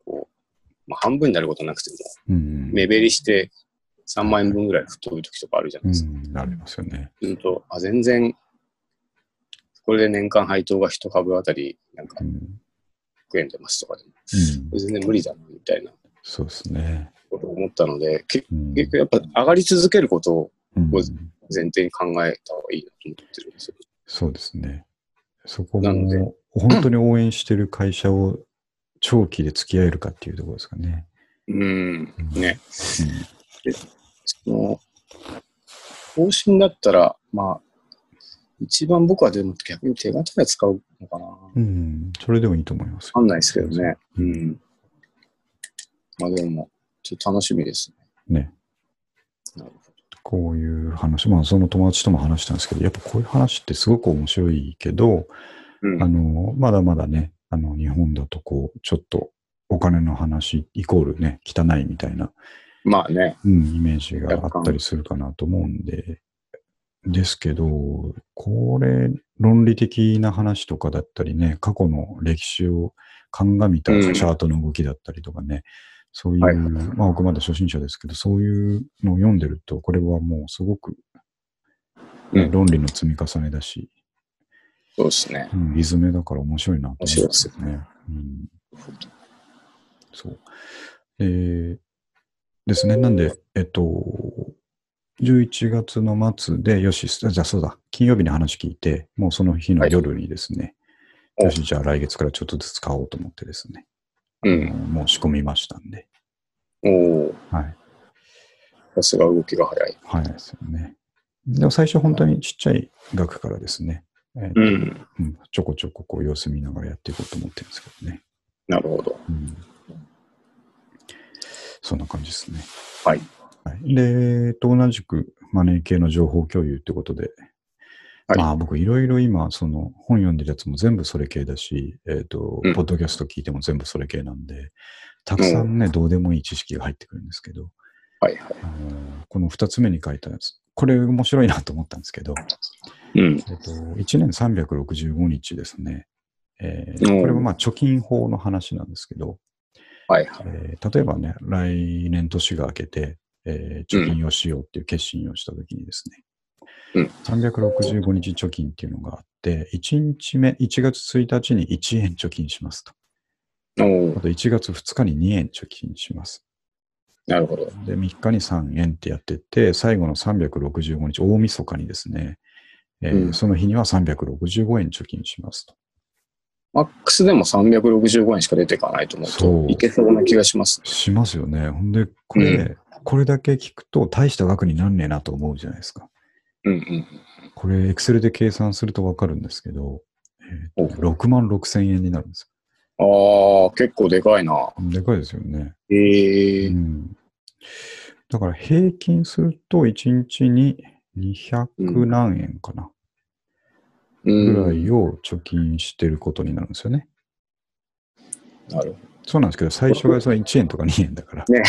Speaker 2: こう、まあ、半分になることなくても、
Speaker 1: うん。
Speaker 2: 目減りして3万円分ぐらい吹っ飛ぶ時とかあるじゃな
Speaker 1: う
Speaker 2: いですか。
Speaker 1: ん。なりますよね。
Speaker 2: うん、と、あ、全然、これで年間配当が1株あたり、なんか
Speaker 1: うん。
Speaker 2: 100円出ますとかでも、
Speaker 1: うん。
Speaker 2: 全然無理だな、みたいな
Speaker 1: そうですね。
Speaker 2: ことを思ったので、結
Speaker 1: うん。
Speaker 2: 結局やっぱ上がり続けることを
Speaker 1: うん
Speaker 2: 構前提に考えた方がいいなと思ってるんですよ。
Speaker 1: そうですね。そこ
Speaker 2: なので
Speaker 1: も、本当に応援してる会社を長期で付き合えるかっていうところですかね。
Speaker 2: うん、ね。
Speaker 1: うん
Speaker 2: その、方針だったら、まあ、一番僕はでも逆に手形で使うのかな。わ
Speaker 1: うん、それでもいいと思います。
Speaker 2: かんないですけどね。うん。まあでも、ちょっと楽しみです
Speaker 1: ね。
Speaker 2: ね。なるほ
Speaker 1: こういう話、まあ、その友達とも話したんですけど、やっぱこういう話ってすごく面白いけど、
Speaker 2: ど。うん。
Speaker 1: あの、まだまだね、あの、日本だとこう、ちょっとお金の話イコールね、汚いみたいな、
Speaker 2: まあね。
Speaker 1: うん、イメージがあったりするかなと思うんで、ですけど、これ、論理的な話とかだったりね、過去の歴史を鑑みた
Speaker 2: うん
Speaker 1: チャートの動きだったりとかね、そういう、
Speaker 2: はい
Speaker 1: まあ僕まだ初心者ですけど、そういうのを読んでると、これはもうすごく、ね
Speaker 2: うん
Speaker 1: 論理の積み重ねだし、
Speaker 2: そうですね。
Speaker 1: うん、リズムだから面白いなと思います
Speaker 2: 面白い
Speaker 1: ね。うん、そう。えーですね。なんで、えっと、11月の末で、よし、あじゃあそうだ、金曜日に話聞いて、もうその日の夜にですね、
Speaker 2: はい
Speaker 1: よし、じゃあ来月からちょっとずつ買おうと思ってですね、
Speaker 2: う
Speaker 1: あ
Speaker 2: ん。
Speaker 1: のもう仕込みましたんで、
Speaker 2: おお
Speaker 1: はい。
Speaker 2: さすが動きが早い。
Speaker 1: 早いですよね。でも最初本当にちっちゃい額からですね、えー
Speaker 2: うん。
Speaker 1: うんちょこちょここう様子見ながらやっていこうと思ってるんですけどね。
Speaker 2: なるほど。
Speaker 1: うんそんな感じですね。
Speaker 2: はい。
Speaker 1: はい、で、えっと同じくマネー系の情報共有ってことで、
Speaker 2: はい
Speaker 1: まあ僕いろいろ今、その本読んでるやつも全部それ系だし、えっ、と、
Speaker 2: うん
Speaker 1: ポッドキャスト聞いても全部それ系なんで、たくさんね、どうでもいい知識が入ってくるんですけど、
Speaker 2: はいは
Speaker 1: あのーこの2つ目に書いたやつ、これ面白いなと思ったんですけど、
Speaker 2: い。う
Speaker 1: え
Speaker 2: ん。
Speaker 1: っと、1年365日ですね。えー
Speaker 2: うん
Speaker 1: これはまあ貯金法の話なんですけど、
Speaker 2: はいはい。
Speaker 1: えー例えばね、来年年が明けて、えー貯金をしようっていう決心をしたときにですね、
Speaker 2: うん
Speaker 1: 365日貯金っていうのがあって、1日目、1月1日に1円貯金しますと。
Speaker 2: おお
Speaker 1: あと1月2日に2円貯金します。
Speaker 2: なるほど。
Speaker 1: で、3日に3円ってやってって、最後の365日、大晦日にですね、えー
Speaker 2: うん
Speaker 1: その日には365円貯金しますと。
Speaker 2: マックスでも365円しか出ていかないと思う
Speaker 1: そう
Speaker 2: といけそうな気がします。
Speaker 1: しますよね。ほんで、これ、これだけ聞くと大した額になんねえなと思うじゃないですか。
Speaker 2: うんうん。
Speaker 1: これ、エクセルで計算するとわかるんですけど、えーと6万6千円になるんです
Speaker 2: ああ、結構でかいな。
Speaker 1: よ。でかいですよね。
Speaker 2: ええ
Speaker 1: うん、だから平均すると1日に200何円かな、
Speaker 2: うん。
Speaker 1: ぐらいを貯金してることになるんですよね。
Speaker 2: なる
Speaker 1: そうなんですけど、最初がその1円とか2円だから、
Speaker 2: ね、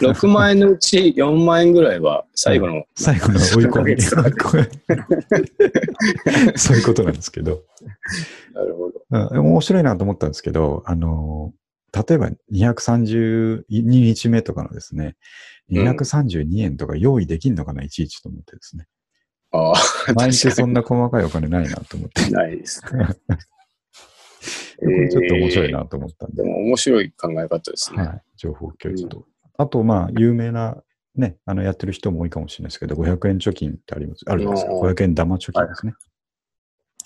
Speaker 2: 6万円のうち4万円ぐらいは最後の、
Speaker 1: 最後の追い込み。
Speaker 2: 3ヶ
Speaker 1: そういうことなんですけど。
Speaker 2: なるほど。
Speaker 1: うん面白いなと思ったんですけど、あの、例えば232日目とかのですね、
Speaker 2: うん
Speaker 1: 232円とか用意できんのかな、いちいちと思ってですね。
Speaker 2: ああ、確か
Speaker 1: 毎日そんな細かいお金ないなと思って、
Speaker 2: にない ですね。
Speaker 1: これちょっと面白い
Speaker 2: え
Speaker 1: なと思ったん
Speaker 2: え
Speaker 1: で
Speaker 2: で、も面白い考え方ですね。
Speaker 1: はい、情報共有と。あと、まあ、有名な、ね、あの、やってる人も多いかもしれないですけど、500円貯金ってあります、あるじゃないですか。
Speaker 2: うん
Speaker 1: 500円玉貯金ですね。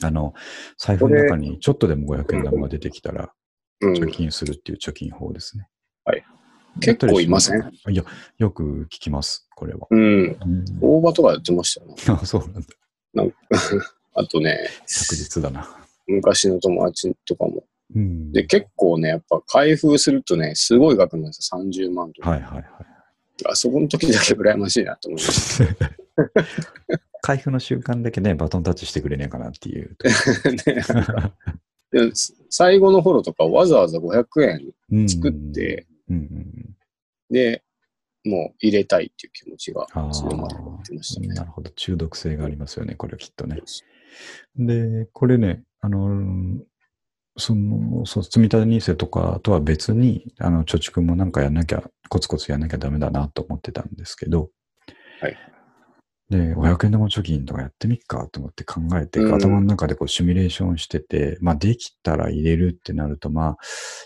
Speaker 1: あの、財布の中にちょっとでも500円玉が出てきたら、
Speaker 2: うん
Speaker 1: 貯金するっていう貯金法ですね。
Speaker 2: はい。結構いません
Speaker 1: いや、よく聞きます、これは。
Speaker 2: うん。
Speaker 1: うん
Speaker 2: 大葉とかやってましたよね。
Speaker 1: あそうなんだ。
Speaker 2: あとね、
Speaker 1: 確実だな。
Speaker 2: 昔の友達とかも。
Speaker 1: うん。
Speaker 2: で、結構ね、やっぱ開封するとね、すごい額なんですよ。30万とか。
Speaker 1: はい はいはい。
Speaker 2: あそこの時だけ羨ましいなと思いまし
Speaker 1: 開封の習慣だけね、バトンタッチしてくれねえかなっていう。
Speaker 2: たね。 で最後の頃とかわざわざ500円
Speaker 1: うん
Speaker 2: 作って、、
Speaker 1: うんうん
Speaker 2: で、もう入れたいっていう気持ちが
Speaker 1: あー
Speaker 2: 強まってました
Speaker 1: うん、
Speaker 2: ね
Speaker 1: な。るほど。中毒性がありますよね、これはきっとね。で、これね、あの、その、そう、積み立て NISA とかとは別に、あの、貯蓄もなんかやんなきゃ、コツコツやんなきゃダメだなと思ってたんですけど、
Speaker 2: はい。
Speaker 1: で、500円玉貯金とかやってみっかと思って考えて、
Speaker 2: うん
Speaker 1: 頭の中でこうシミュレーションしてて、まあ、できたら入れるってなると、まあ、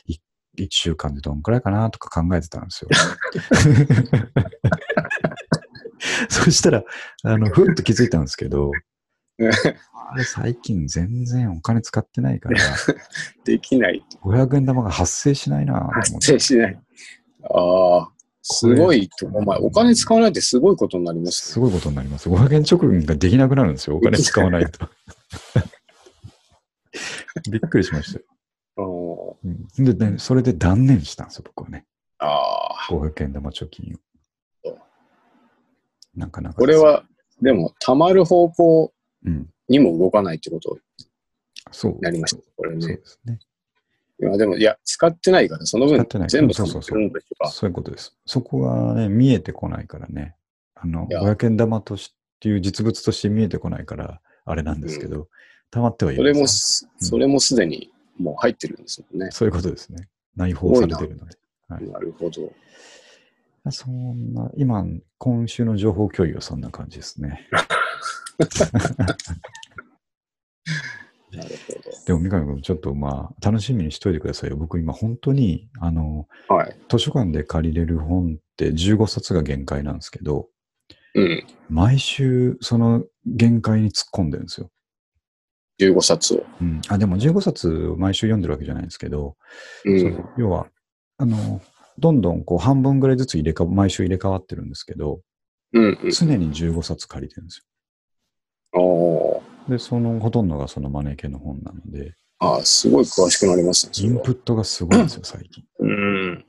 Speaker 1: い一週間でどんくらいかなとか考えてたんで すよ。 そしたら、あの、ふっと気づいたんですけど、あれ最近全然お金使ってないから、
Speaker 2: できない。
Speaker 1: 500円玉が発生しないなと思って
Speaker 2: 発生しない。ああ、すごいと。お前、お金使わないってすごいことになります
Speaker 1: すごいことになります。500円貯金ができなくなるんですよ。お金使わない と。びっくりしましたよ。
Speaker 2: ね。うん
Speaker 1: うんで、ね、それで断念したんですよ、僕はね。
Speaker 2: ああ、
Speaker 1: 500円玉貯金を。なかなか。
Speaker 2: これ、は、でも、たまる方向
Speaker 1: うん、
Speaker 2: にも動かないってことに
Speaker 1: そう。
Speaker 2: なりました。これ
Speaker 1: そう
Speaker 2: ね。
Speaker 1: ですね。
Speaker 2: いや、でも、いや、使ってないから、その
Speaker 1: 使
Speaker 2: 分
Speaker 1: ってない、
Speaker 2: 全部
Speaker 1: そ
Speaker 2: 使
Speaker 1: うそう
Speaker 2: っ
Speaker 1: そ
Speaker 2: て
Speaker 1: う
Speaker 2: るんだとか。
Speaker 1: そういうことです。そこがね、見えてこないからね。あの、
Speaker 2: いや
Speaker 1: 500円玉としっていう実物として見えてこないから、あれなんですけど、溜まってはい
Speaker 2: そ
Speaker 1: る
Speaker 2: れ
Speaker 1: ん
Speaker 2: も
Speaker 1: です
Speaker 2: す、
Speaker 1: うん
Speaker 2: それもすでにもう入ってるんですもんね
Speaker 1: よ。。そういうことですね。内包されてるので。はい
Speaker 2: なるほど。
Speaker 1: そんな、今、今週の情報共有はそんな感じですね。
Speaker 2: なるほ
Speaker 1: でも、三上君、ちょっとまあ、楽しみにしといてくださいよ。僕、今、本当に、あの、
Speaker 2: ど。はい。
Speaker 1: 図書館で借りれる本って15冊が限界なんですけど、
Speaker 2: うん。
Speaker 1: 毎週、その限界に突っ込んでるんですよ。
Speaker 2: 15冊を。
Speaker 1: うん。あ、でも15冊を毎週読んでるわけじゃないんですけど、
Speaker 2: う
Speaker 1: そ
Speaker 2: ん。
Speaker 1: の要は、あの、どんどんこう半分ぐらいずつ入れか、毎週入れ替わってるんですけど、
Speaker 2: うんうん。
Speaker 1: 常に15冊借りてるんです
Speaker 2: おー
Speaker 1: よ。で、そのほとんどがそのマネー系の本なので、
Speaker 2: ああ、すごい詳しくなりますね、そ
Speaker 1: イ
Speaker 2: れ
Speaker 1: ン
Speaker 2: は
Speaker 1: プ。ットがすごいんです よ、最近。
Speaker 2: うん。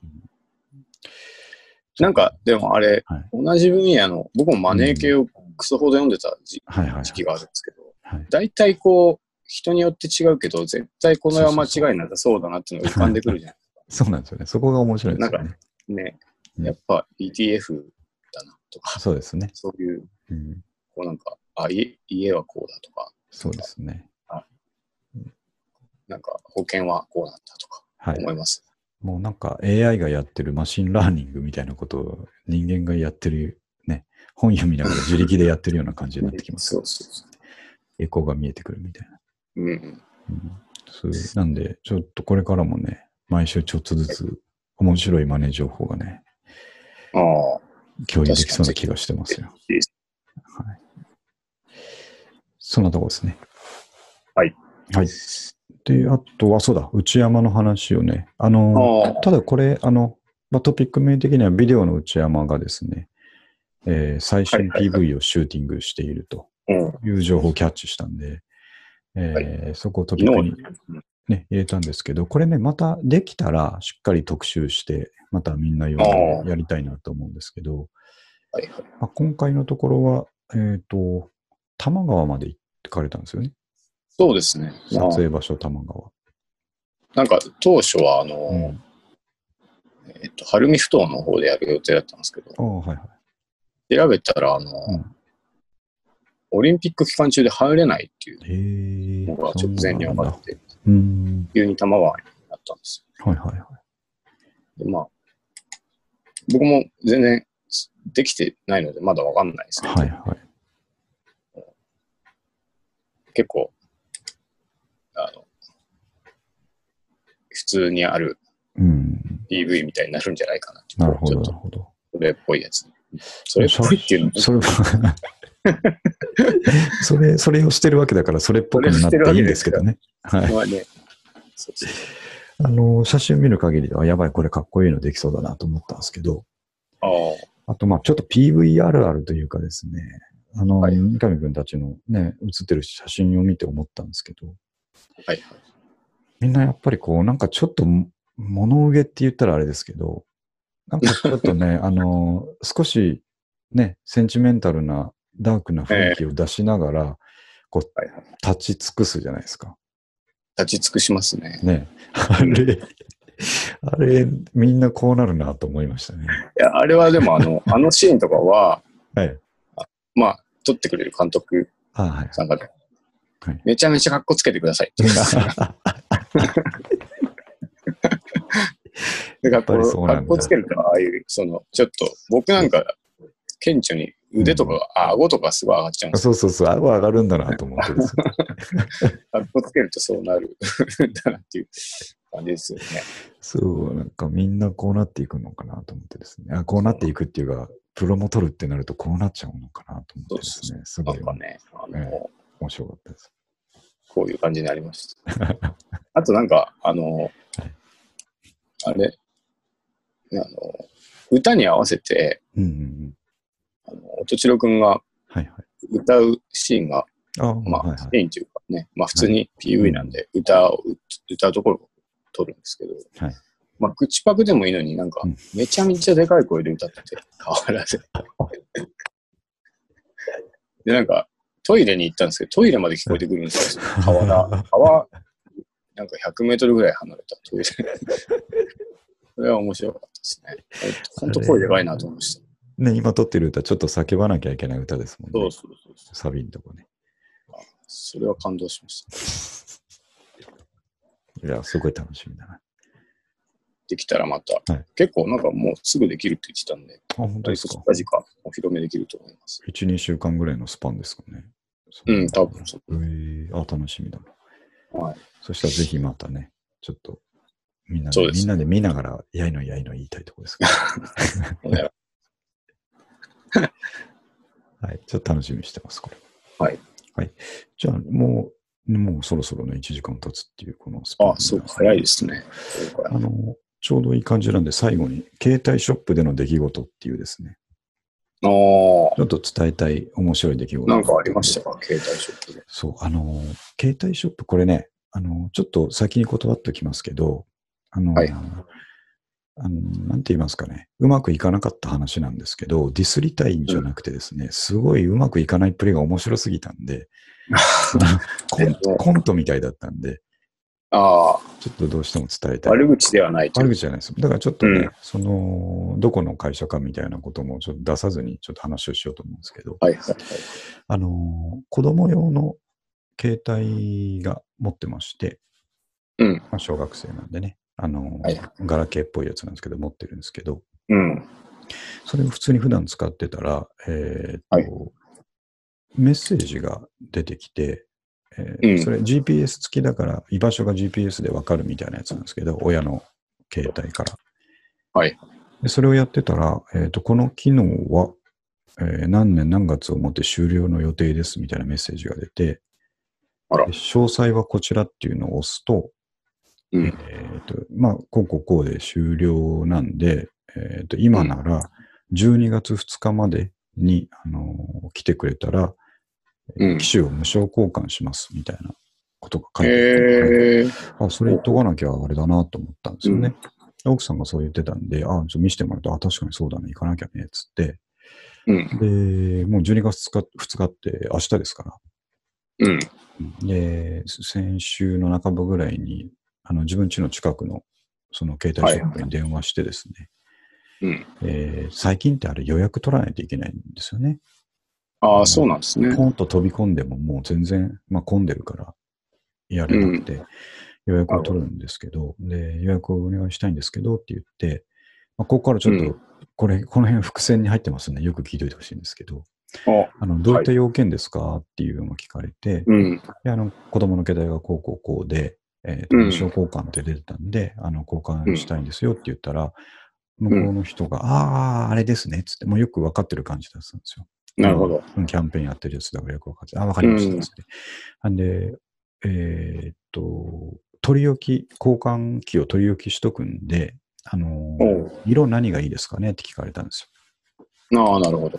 Speaker 2: なんか、でもあれ、
Speaker 1: はい
Speaker 2: 同じ分野の、僕もマネー系をクソほど読んでた時
Speaker 1: はいはいはい。
Speaker 2: 時期があるんですけど、
Speaker 1: はい
Speaker 2: 大体こう、人によって違うけど、絶対この絵は間違いなさそうだなっていうのが浮かんでくるじゃ
Speaker 1: そうなんですよね。そこが面白いですよね。
Speaker 2: ないね。
Speaker 1: うん
Speaker 2: やっぱ ETF だなとか、
Speaker 1: そうですね。
Speaker 2: そういう、
Speaker 1: うん、
Speaker 2: こうなんか、あ、家家はこうだとか、
Speaker 1: そうですね。
Speaker 2: なんか保険はこうなんだとか
Speaker 1: はい。
Speaker 2: 思います。
Speaker 1: もうなんか AI がやってるマシンラーニングみたいなことを人間がやってる、ね、本読みながら自力でやってるような感じになってきます。
Speaker 2: そうそうそ
Speaker 1: エコーが見えてくるみたいな。
Speaker 2: う。うんうん。
Speaker 1: うん、そうなんで、ちょっとこれからもね、毎週ちょっとずつ面白いマネー情報がね、
Speaker 2: ああ、
Speaker 1: 共有できそうな気がしてますよ。
Speaker 2: いいです
Speaker 1: はい。そんなとこですね。
Speaker 2: はい。
Speaker 1: はい。で、あとは、そうだ、内山の話をね、あの、
Speaker 2: ああ
Speaker 1: ただこれ、あの、まあ、トピック名的にはビデオの内山がですね、えー最新
Speaker 2: はいはいは
Speaker 1: PV をシューティングしていると
Speaker 2: うん。
Speaker 1: いう情報をキャッチしたんで、
Speaker 2: は
Speaker 1: えーそこをトピック
Speaker 2: 昨
Speaker 1: に
Speaker 2: 日、
Speaker 1: ね、入れたんですけど、これね、またできたらしっかり特集して、またみんな用
Speaker 2: ああ
Speaker 1: やりたいなと思うんですけど、
Speaker 2: はいはい。
Speaker 1: まあ、今回のところは、えっ、と、多摩川まで行ってかれたんですよね。
Speaker 2: そうですね。
Speaker 1: 撮影場所、多摩川。
Speaker 2: なんか当初はあの、
Speaker 1: うん
Speaker 2: えっと、晴海ふ頭の方でやる予定だったんですけど、
Speaker 1: ああ、はいはい。
Speaker 2: 調べたらあの、
Speaker 1: うん
Speaker 2: オリンピック期間中で入れないっていう
Speaker 1: へえ。
Speaker 2: のが直前に分か
Speaker 1: な
Speaker 2: って、
Speaker 1: うーん。
Speaker 2: 急に玉川になったんです
Speaker 1: はいはいはい。
Speaker 2: よ。で、まあ、僕も全然できてないので、まだ分かんないですけど、
Speaker 1: はいはい。
Speaker 2: 結構、あの、普通にある
Speaker 1: うん。
Speaker 2: PV みたいになるんじゃないかなっていう
Speaker 1: なるほ
Speaker 2: ち
Speaker 1: ど、
Speaker 2: ょっ
Speaker 1: なる
Speaker 2: と
Speaker 1: ほど。
Speaker 2: それっぽいやつ。それっぽいっていうのも
Speaker 1: それ、 それ、それをしてるわけだから、それっぽくなっていいんですけどね。はい。
Speaker 2: まあね。そうそう
Speaker 1: あの、写真見る限りでは、やばい、これかっこいいのできそうだなと思ったんですけど、
Speaker 2: あ
Speaker 1: あと、まあ、ちょっと PV あるあるというかですね、あの、
Speaker 2: はい
Speaker 1: 三上くんたちのね、写ってる写真を見て思ったんですけど、
Speaker 2: あ、はい。
Speaker 1: みんなやっぱりこう、なんかちょっとも物憂げって言ったらあれですけど、なんかちょっと ね、あの、少しね、センチメンタルなダークな雰囲気を出しながら、こう
Speaker 2: はいは、
Speaker 1: 立ち尽くすじゃないですか。
Speaker 2: 立ち尽くしますね。
Speaker 1: ね。あれ、あれ、みんなこうなるなと思いましたね。
Speaker 2: いや、あれはでも、あの、 あのシーンとかは、
Speaker 1: はい。
Speaker 2: まあ、撮ってくれる監督
Speaker 1: あはい。
Speaker 2: さんが、
Speaker 1: はい
Speaker 2: めちゃめちゃ格好つけてくださいって言う んですよ。で
Speaker 1: やっぱりそうなんだ
Speaker 2: 格好つけると、ああいう、その、ちょっと、僕なんか、顕著に腕とかが、あ、顎とかすごい上がっちゃうんですよ。
Speaker 1: そうそうそう、顎上がるんだなと思ってですね。
Speaker 2: 格好つけるとそうなる だなっていう感じですよね。
Speaker 1: そう、なんかみんなこうなっていくのかなと思ってですね。あこうなっていくっていうか、プロも取るってなるとこうなっちゃうのかなと思ってですね。す
Speaker 2: な
Speaker 1: ご
Speaker 2: ん
Speaker 1: い
Speaker 2: かね、あの、
Speaker 1: え面白かったです。
Speaker 2: こういう感じになり ました。あとなんか、あの、あれ、あの、歌に合わせて、
Speaker 1: うんうんうん。
Speaker 2: あの音千代くんが
Speaker 1: はいはい。
Speaker 2: 歌うシーンが、
Speaker 1: あ、
Speaker 2: ま
Speaker 1: はい
Speaker 2: あ、
Speaker 1: は
Speaker 2: シ
Speaker 1: い。
Speaker 2: ーンというかね、まあ普通に PV なんで、歌を、歌うところを撮るんですけど、
Speaker 1: はい
Speaker 2: まあ、口パクでもいいのになんか
Speaker 1: うん、
Speaker 2: めちゃめちゃでかい声で歌ってて、変わ らず。で、なんか、トイレに行ったんですけど、トイレまで聞こえてくるんですよ。河原、川、なんか100メートルぐらい離れたトイレ。それは面白かったですね。本当声でかいなと思いました。
Speaker 1: ね、今撮ってる歌、ちょっと叫ばなきゃいけない歌ですもんね。
Speaker 2: そうそうそうそう。
Speaker 1: サビんとこね。
Speaker 2: それは感動しました。
Speaker 1: いや、すごい楽しみだな。あ、
Speaker 2: できたらまた、
Speaker 1: はい
Speaker 2: 結構なんかもうすぐできるって言ってたんで、
Speaker 1: 本当ですか。
Speaker 2: 近々お披露目できると思います。
Speaker 1: 1、2週間ぐらいのスパンですかね。
Speaker 2: うん、多分そう。
Speaker 1: えー、あ、楽しみだな。
Speaker 2: はい。
Speaker 1: そしたらぜひまたね、ちょっと、みんな
Speaker 2: そう
Speaker 1: で、
Speaker 2: です
Speaker 1: みんなで見ながら、やいのやいの言いたいところ ですけど。
Speaker 2: ね
Speaker 1: はい。ちょっと楽しみにしてます、これ。
Speaker 2: はい。
Speaker 1: はい。じゃあ、もう、もうそろそろね、1時間経つっていう、このスピード
Speaker 2: あ、そうか、早いですね。
Speaker 1: あの、ちょうどいい感じなんで、最後に、携帯ショップでの出来事っていうですね、
Speaker 2: あ
Speaker 1: ち
Speaker 2: あ、
Speaker 1: ょっと伝えたい面白い出来事。
Speaker 2: なんかありましたか、携帯ショップで。
Speaker 1: そう、あの、携帯ショップ、これね、あの、ちょっと先に断っておきますけど、あの、
Speaker 2: はい
Speaker 1: あの、なんて言いますかね、うまくいかなかった話なんですけど、ディスりたいんじゃなくてですね、すごいうまくいかないプレイが面白すぎたん で、コントコントみたいだったんで、
Speaker 2: ああ、
Speaker 1: ちょっとどうしても伝えたい。
Speaker 2: 悪口ではないと
Speaker 1: 悪。口じゃないです。だからちょっとね、
Speaker 2: うん
Speaker 1: その、どこの会社かみたいなこともちょっと出さずに、ちょっと話をしようと思うんですけど、
Speaker 2: はいはいはい。
Speaker 1: あの、子供用の携帯が持ってまして、
Speaker 2: うん、
Speaker 1: まあ、小学生なんでね、あの、
Speaker 2: はい
Speaker 1: ガラケーっぽいやつなんですけど、持ってるんですけど、
Speaker 2: うん。
Speaker 1: それを普通に普段使ってたら、えーっと、
Speaker 2: はい
Speaker 1: メッセージが出てきて、えー
Speaker 2: うん
Speaker 1: それ GPS 付きだから、居場所が GPS でわかるみたいなやつなんですけど、親の携帯から。
Speaker 2: はい
Speaker 1: でそれをやってたら、えーっと、この機能は、えー何年何月をもって終了の予定ですみたいなメッセージが出て、
Speaker 2: あら
Speaker 1: で詳細はこちらっていうのを押すと、
Speaker 2: うん
Speaker 1: えーとまあ、こうこうこうで終了なんで、えー、と今なら12月2日までに、あのー来てくれたら、
Speaker 2: うん。
Speaker 1: 機種を無償交換しますみたいなことが書いてあって、
Speaker 2: へえ
Speaker 1: あ、それ言っとかなきゃあれだなと思ったんですよね。奥さんがそう言ってたんで、あ、ちょっと見せてもらうと、あ、確かにそうだね、行かなきゃね、つって。
Speaker 2: うん。
Speaker 1: で、もう12月2日 ,2 日って明日ですから、
Speaker 2: うん。
Speaker 1: で、先週の半ばぐらいに、あの自分家の近くのその携帯ショップに電話してですね、
Speaker 2: うん。
Speaker 1: えー最近ってあれ予約取らないといけないんですよね。
Speaker 2: ああ、そうなんですね。
Speaker 1: ポンと飛び込んでももう全然、まあ、混んでるからやれなくて、予約を取るんですけど、で、予約をお願いしたいんですけどって言って、まあ、ここからちょっ
Speaker 2: う
Speaker 1: と、これ、この辺伏線に入ってますんで、よく聞いといてほしいんですけど、
Speaker 2: あ
Speaker 1: あの、どういった要件ですかっていうのを聞かれて、
Speaker 2: うん。
Speaker 1: であの子供の携帯がこうこうこうで、えーと
Speaker 2: うん
Speaker 1: 無償交換って出てたんで、あの交換したいんですよって言ったら、向こうの人が、ああ、あれですねっつって、もうよく分かってる感じだったんですよ。
Speaker 2: なるほど。
Speaker 1: うんキャンペーンやってるやつだからよく分かって、あ、分かりまし
Speaker 2: う
Speaker 1: た
Speaker 2: ん
Speaker 1: っつって。なんで、えーっと、取り置き、交換機を取り置きしとくんで、あの
Speaker 2: お
Speaker 1: ー色何がいいですかねって聞かれたんですよ。
Speaker 2: ああ、なるほど。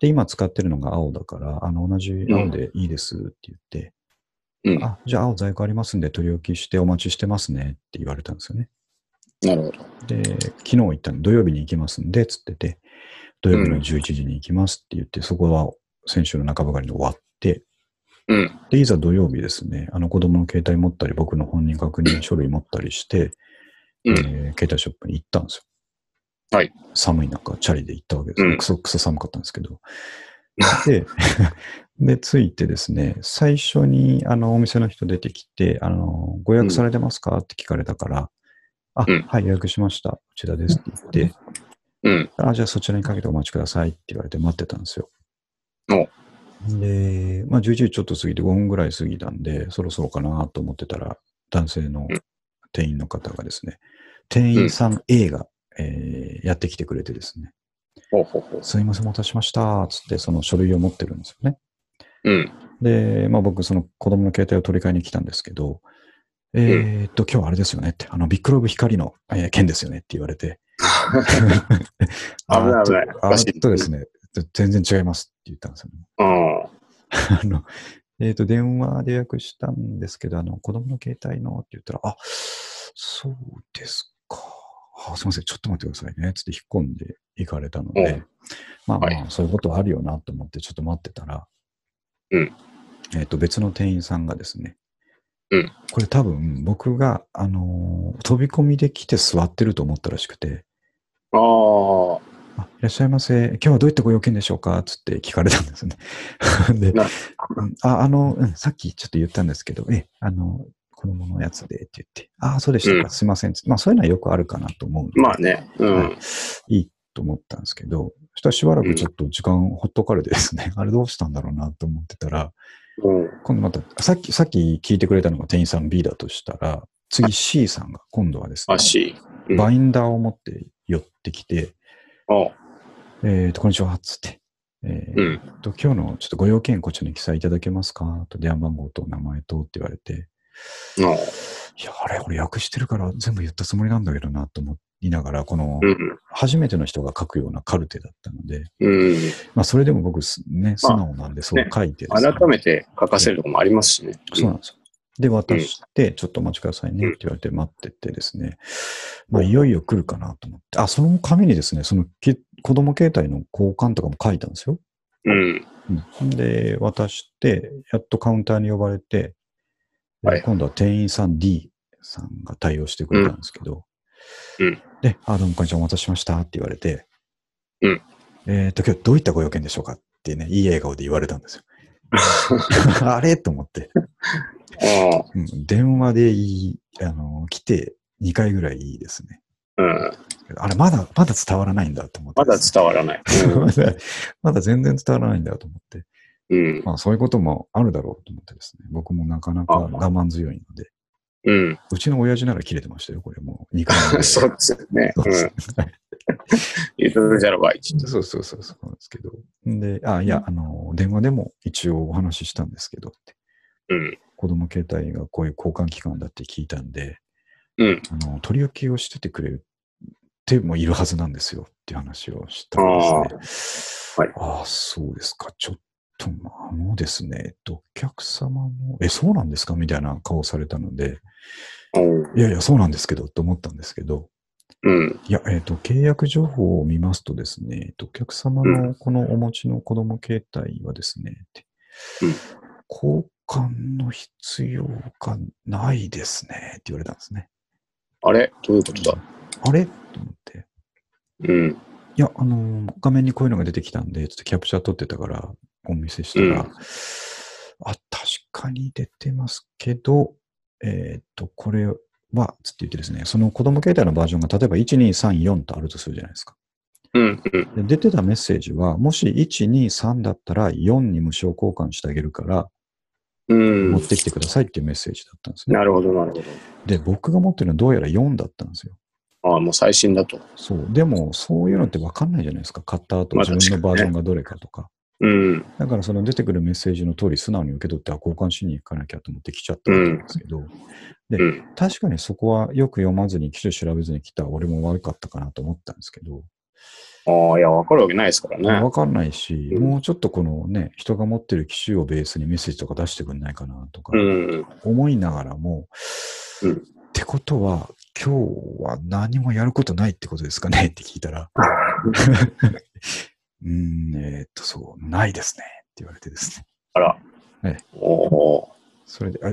Speaker 1: で、今使ってるのが青だから、あの、同じ青でいいですって言って、
Speaker 2: うん。
Speaker 1: あ、じゃあ青在庫ありますんで取り置きしてお待ちしてますねって言われたんですよね。
Speaker 2: なるほど。
Speaker 1: で、昨日行ったの、土曜日に行きますんで、つってて、土曜日の11時に行きますって言って、そこは先週の中ばかりに終わって、
Speaker 2: うん。
Speaker 1: で、いざ土曜日ですね、あの子供の携帯持ったり、僕の本人確認書類持ったりして、え
Speaker 2: うん。
Speaker 1: ー携帯ショップに行ったんですよ。
Speaker 2: はい。
Speaker 1: 寒い中、チャリで行ったわけですよ。
Speaker 2: うん
Speaker 1: クソクソ寒かったんですけど。で、 で、着いてですね、最初にあのお店の人出てきて、あの、ご予約されてますかって聞かれたから、あ、
Speaker 2: うん
Speaker 1: はい、予約しました。こちらですって言って、
Speaker 2: うん。
Speaker 1: あ、じゃあそちらにかけてお待ちくださいって言われて待ってたんですよ。で、まあ11時ちょっと過ぎて5分ぐらい過ぎたんで、そろそろかなと思ってたら、男性の
Speaker 2: うん
Speaker 1: 店員の方がですね、店員さん A が、えーやってきてくれてですね、
Speaker 2: ほうほうほう。
Speaker 1: すいません、お待たせしました、つってその書類を持ってるんですよね。
Speaker 2: うん。
Speaker 1: で、まあ僕、その子供の携帯を取り替えに来たんですけど、えーっと、今日はあれですよねって、あの、ビッグローブ光の、えー件ですよねって言われて、あ
Speaker 2: 危ない危ない
Speaker 1: ーっとあーっとですね、全然違いますって言ったんですよね。
Speaker 2: う ん。
Speaker 1: あの、えっ、と、電話で予約したんですけど、あの、子供の携帯のって言ったら、あ、そうですか。あすみません、ちょっと待ってくださいね。つって引っ込んで行かれたの
Speaker 2: う
Speaker 1: で
Speaker 2: ん、
Speaker 1: まあまあ、
Speaker 2: は
Speaker 1: そういうことはあるよなと思って、ちょっと待ってたら、
Speaker 2: うん
Speaker 1: えっ、と、別の店員さんがですね、
Speaker 2: うん
Speaker 1: これ多分僕が、あのー飛び込みで来て座ってると思ったらしくて、
Speaker 2: あ
Speaker 1: あ
Speaker 2: あ、
Speaker 1: いらっしゃいませ。今日はどういったご用件でしょうかつって聞かれたんですね。 で、
Speaker 2: な
Speaker 1: うんあ、あの、うんさっきちょっと言ったんですけど、ええ、あの、子供のやつでって言って、ああ、そうでしたか、
Speaker 2: うん
Speaker 1: すいません。まあ、そういうのはよくあるかなと思うんで、
Speaker 2: まあね。う
Speaker 1: は
Speaker 2: ん。
Speaker 1: いいと思ったんですけど、そしたらしばらくちょっと時間ほっとかれてですね、 あれどうしたんだろうなと思ってたら、
Speaker 2: うん。
Speaker 1: 今度また、さっき、さっき聞いてくれたのが店員さん B だとしたら、次 C さんが今度はですね
Speaker 2: あ、、し。うん
Speaker 1: バインダーを持って寄ってきて、
Speaker 2: あ
Speaker 1: えっ、と、こんにちは、つって。え
Speaker 2: う
Speaker 1: ー
Speaker 2: ん。
Speaker 1: と、今日のちょっとご要件こちらに記載いただけますかと、電話番号とお名前とって言われて、
Speaker 2: ああ
Speaker 1: いや、あれ、俺訳してるから全部言ったつもりなんだけどなと思いながら、この
Speaker 2: うん。
Speaker 1: 初めての人が書くようなカルテだったので、
Speaker 2: うん。
Speaker 1: まあ、それでも僕す、ね、素直なんで、そう書いてですね
Speaker 2: 改めて書かせるとこもありますしね。
Speaker 1: そうなんですよ。で、渡して、ちょっとお待ちくださいねって言われて待っててですね、まあ、いよいよ来るかなと思って、あ、その紙にですね、そのき子供携帯の交換とかも書いたんですよ。
Speaker 2: うん。
Speaker 1: うん、で、渡して、やっとカウンターに呼ばれて、で
Speaker 2: はい
Speaker 1: 今度は店員さん D さんが対応してくれたんですけど、
Speaker 2: うんうん
Speaker 1: で、あ、どうもこんにちは、お待たせしましたって言われて、
Speaker 2: うん
Speaker 1: えっ、と、今日どういったご用件でしょうかってね、いい笑顔で言われたん ですよ。あれと思って、
Speaker 2: あ
Speaker 1: うん電話でいい、あの、来て2回ぐらいいいですね。
Speaker 2: あ、うん。
Speaker 1: あれ、まだ、まだ伝わらないんだと思って
Speaker 2: まだ
Speaker 1: ですね、
Speaker 2: 伝わらない。
Speaker 1: まだ、まだ全然伝わらないんだと思って。
Speaker 2: うん。
Speaker 1: まあそういうこともあるだろうと思ってですね、僕もなかなか
Speaker 2: あ
Speaker 1: 我慢強いので、
Speaker 2: うん。
Speaker 1: うちの親父なら切れてましたよ、これもう2回
Speaker 2: う
Speaker 1: 目
Speaker 2: ん
Speaker 1: で。
Speaker 2: そうですよね。
Speaker 1: そう
Speaker 2: う
Speaker 1: です
Speaker 2: ん。言うとるじゃろばい。
Speaker 1: そうそうそうそうなんですけど。で、あ、いや、あの、電話でも一応お話ししたんですけどって、
Speaker 2: うん。
Speaker 1: 子供携帯がこういう交換機関だって聞いたんで、
Speaker 2: うん。
Speaker 1: あの取り置きをしててくれる手もいるはずなんですよっていう話をしたんですね。あ、あ、そうですか。ちょっと、まああのですね、えっとお客様の、え、そうなんですかみたいな顔されたので、
Speaker 2: おう
Speaker 1: いやいや、そうなんですけど、と思ったんですけど、
Speaker 2: うん。
Speaker 1: いや、えっ、と、契約情報を見ますとですね、えっとお客様
Speaker 2: う
Speaker 1: のこのお持ちの子供携帯はですね、って
Speaker 2: うん
Speaker 1: 交換の必要がないですね、って言われたんですね。
Speaker 2: あれどういうことだ
Speaker 1: あれと思って。
Speaker 2: うん。
Speaker 1: いや、あのー画面にこういうのが出てきたんで、ちょっとキャプチャー撮ってたから、お見せしたら、
Speaker 2: うん
Speaker 1: あ、確かに出てますけど、えっ、と、これは、つって言ってですね、その子供携帯のバージョンが、例えば1234とあるとするじゃないですか。
Speaker 2: うん。うん。
Speaker 1: で出てたメッセージは、もし123だったら4に無償交換してあげるから、
Speaker 2: う
Speaker 1: 持っ
Speaker 2: ん。
Speaker 1: てきてくださいっていうメッセージだったんですね。
Speaker 2: なるほど、なるほ
Speaker 1: で、僕が持ってるのはどうやら4だったんですよ。
Speaker 2: ど。ああ、もう最新だと。
Speaker 1: そう。でも、そういうのって分かんないじゃないですか。買った後、
Speaker 2: まあ
Speaker 1: 自分のバージョン
Speaker 2: 確
Speaker 1: がどれかとか。
Speaker 2: うん。
Speaker 1: だからその出てくるメッセージの通り素直に受け取って、あ、交換しに行かなきゃと思って来ちゃったわけなんですけど、で
Speaker 2: うん、
Speaker 1: 確かにそこはよく読まずに、機種調べずに来た俺も悪かったかなと思ったんですけど、
Speaker 2: ああ、いや、わかるわけないですからね。
Speaker 1: わかんないし、
Speaker 2: うん
Speaker 1: もうちょっとこのね、人が持ってる機種をベースにメッセージとか出してくんないかなとか
Speaker 2: う、ん。
Speaker 1: 思いながらも、
Speaker 2: うん
Speaker 1: ってことは、今日は何もやることないってことですかねって聞いたら、うーん、えーっと、そう、ないですねって言われてですね。
Speaker 2: あら。
Speaker 1: え
Speaker 2: おお。
Speaker 1: それで、あ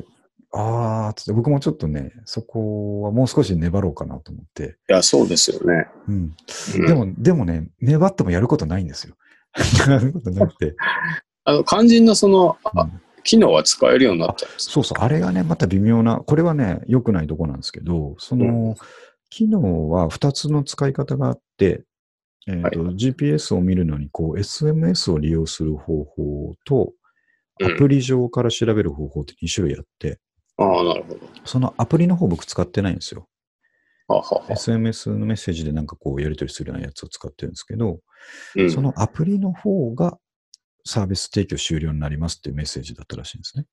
Speaker 1: あーつって、僕もちょっとね、そこはもう少し粘ろうかなと思って、
Speaker 2: いや、そうですよね。
Speaker 1: うん。
Speaker 2: うん
Speaker 1: でも、でもね、粘ってもやることないんですよ。 やることなくて、
Speaker 2: あの肝心なその、
Speaker 1: う
Speaker 2: あ
Speaker 1: ん
Speaker 2: 機能は使えるようになったんです。
Speaker 1: そうそう、あれがね、また微妙な、これはね、良くないとこなんですけど、その、
Speaker 2: う
Speaker 1: 機能は2つの使い方があって、えーと
Speaker 2: は
Speaker 1: GPS を見るのにこう SMS を利用する方法と、
Speaker 2: う
Speaker 1: ア
Speaker 2: ん
Speaker 1: プリ上から調べる方法って2種類あって、
Speaker 2: ああ、なるほど。
Speaker 1: そのアプリの方僕使ってないんですよ。
Speaker 2: ははは。
Speaker 1: SMS のメッセージでなんかこうやり取りするようなやつを使ってるんですけど、
Speaker 2: うん。
Speaker 1: そのアプリの方がサービス提供終了になりますっていうメッセージだったらしいんですね。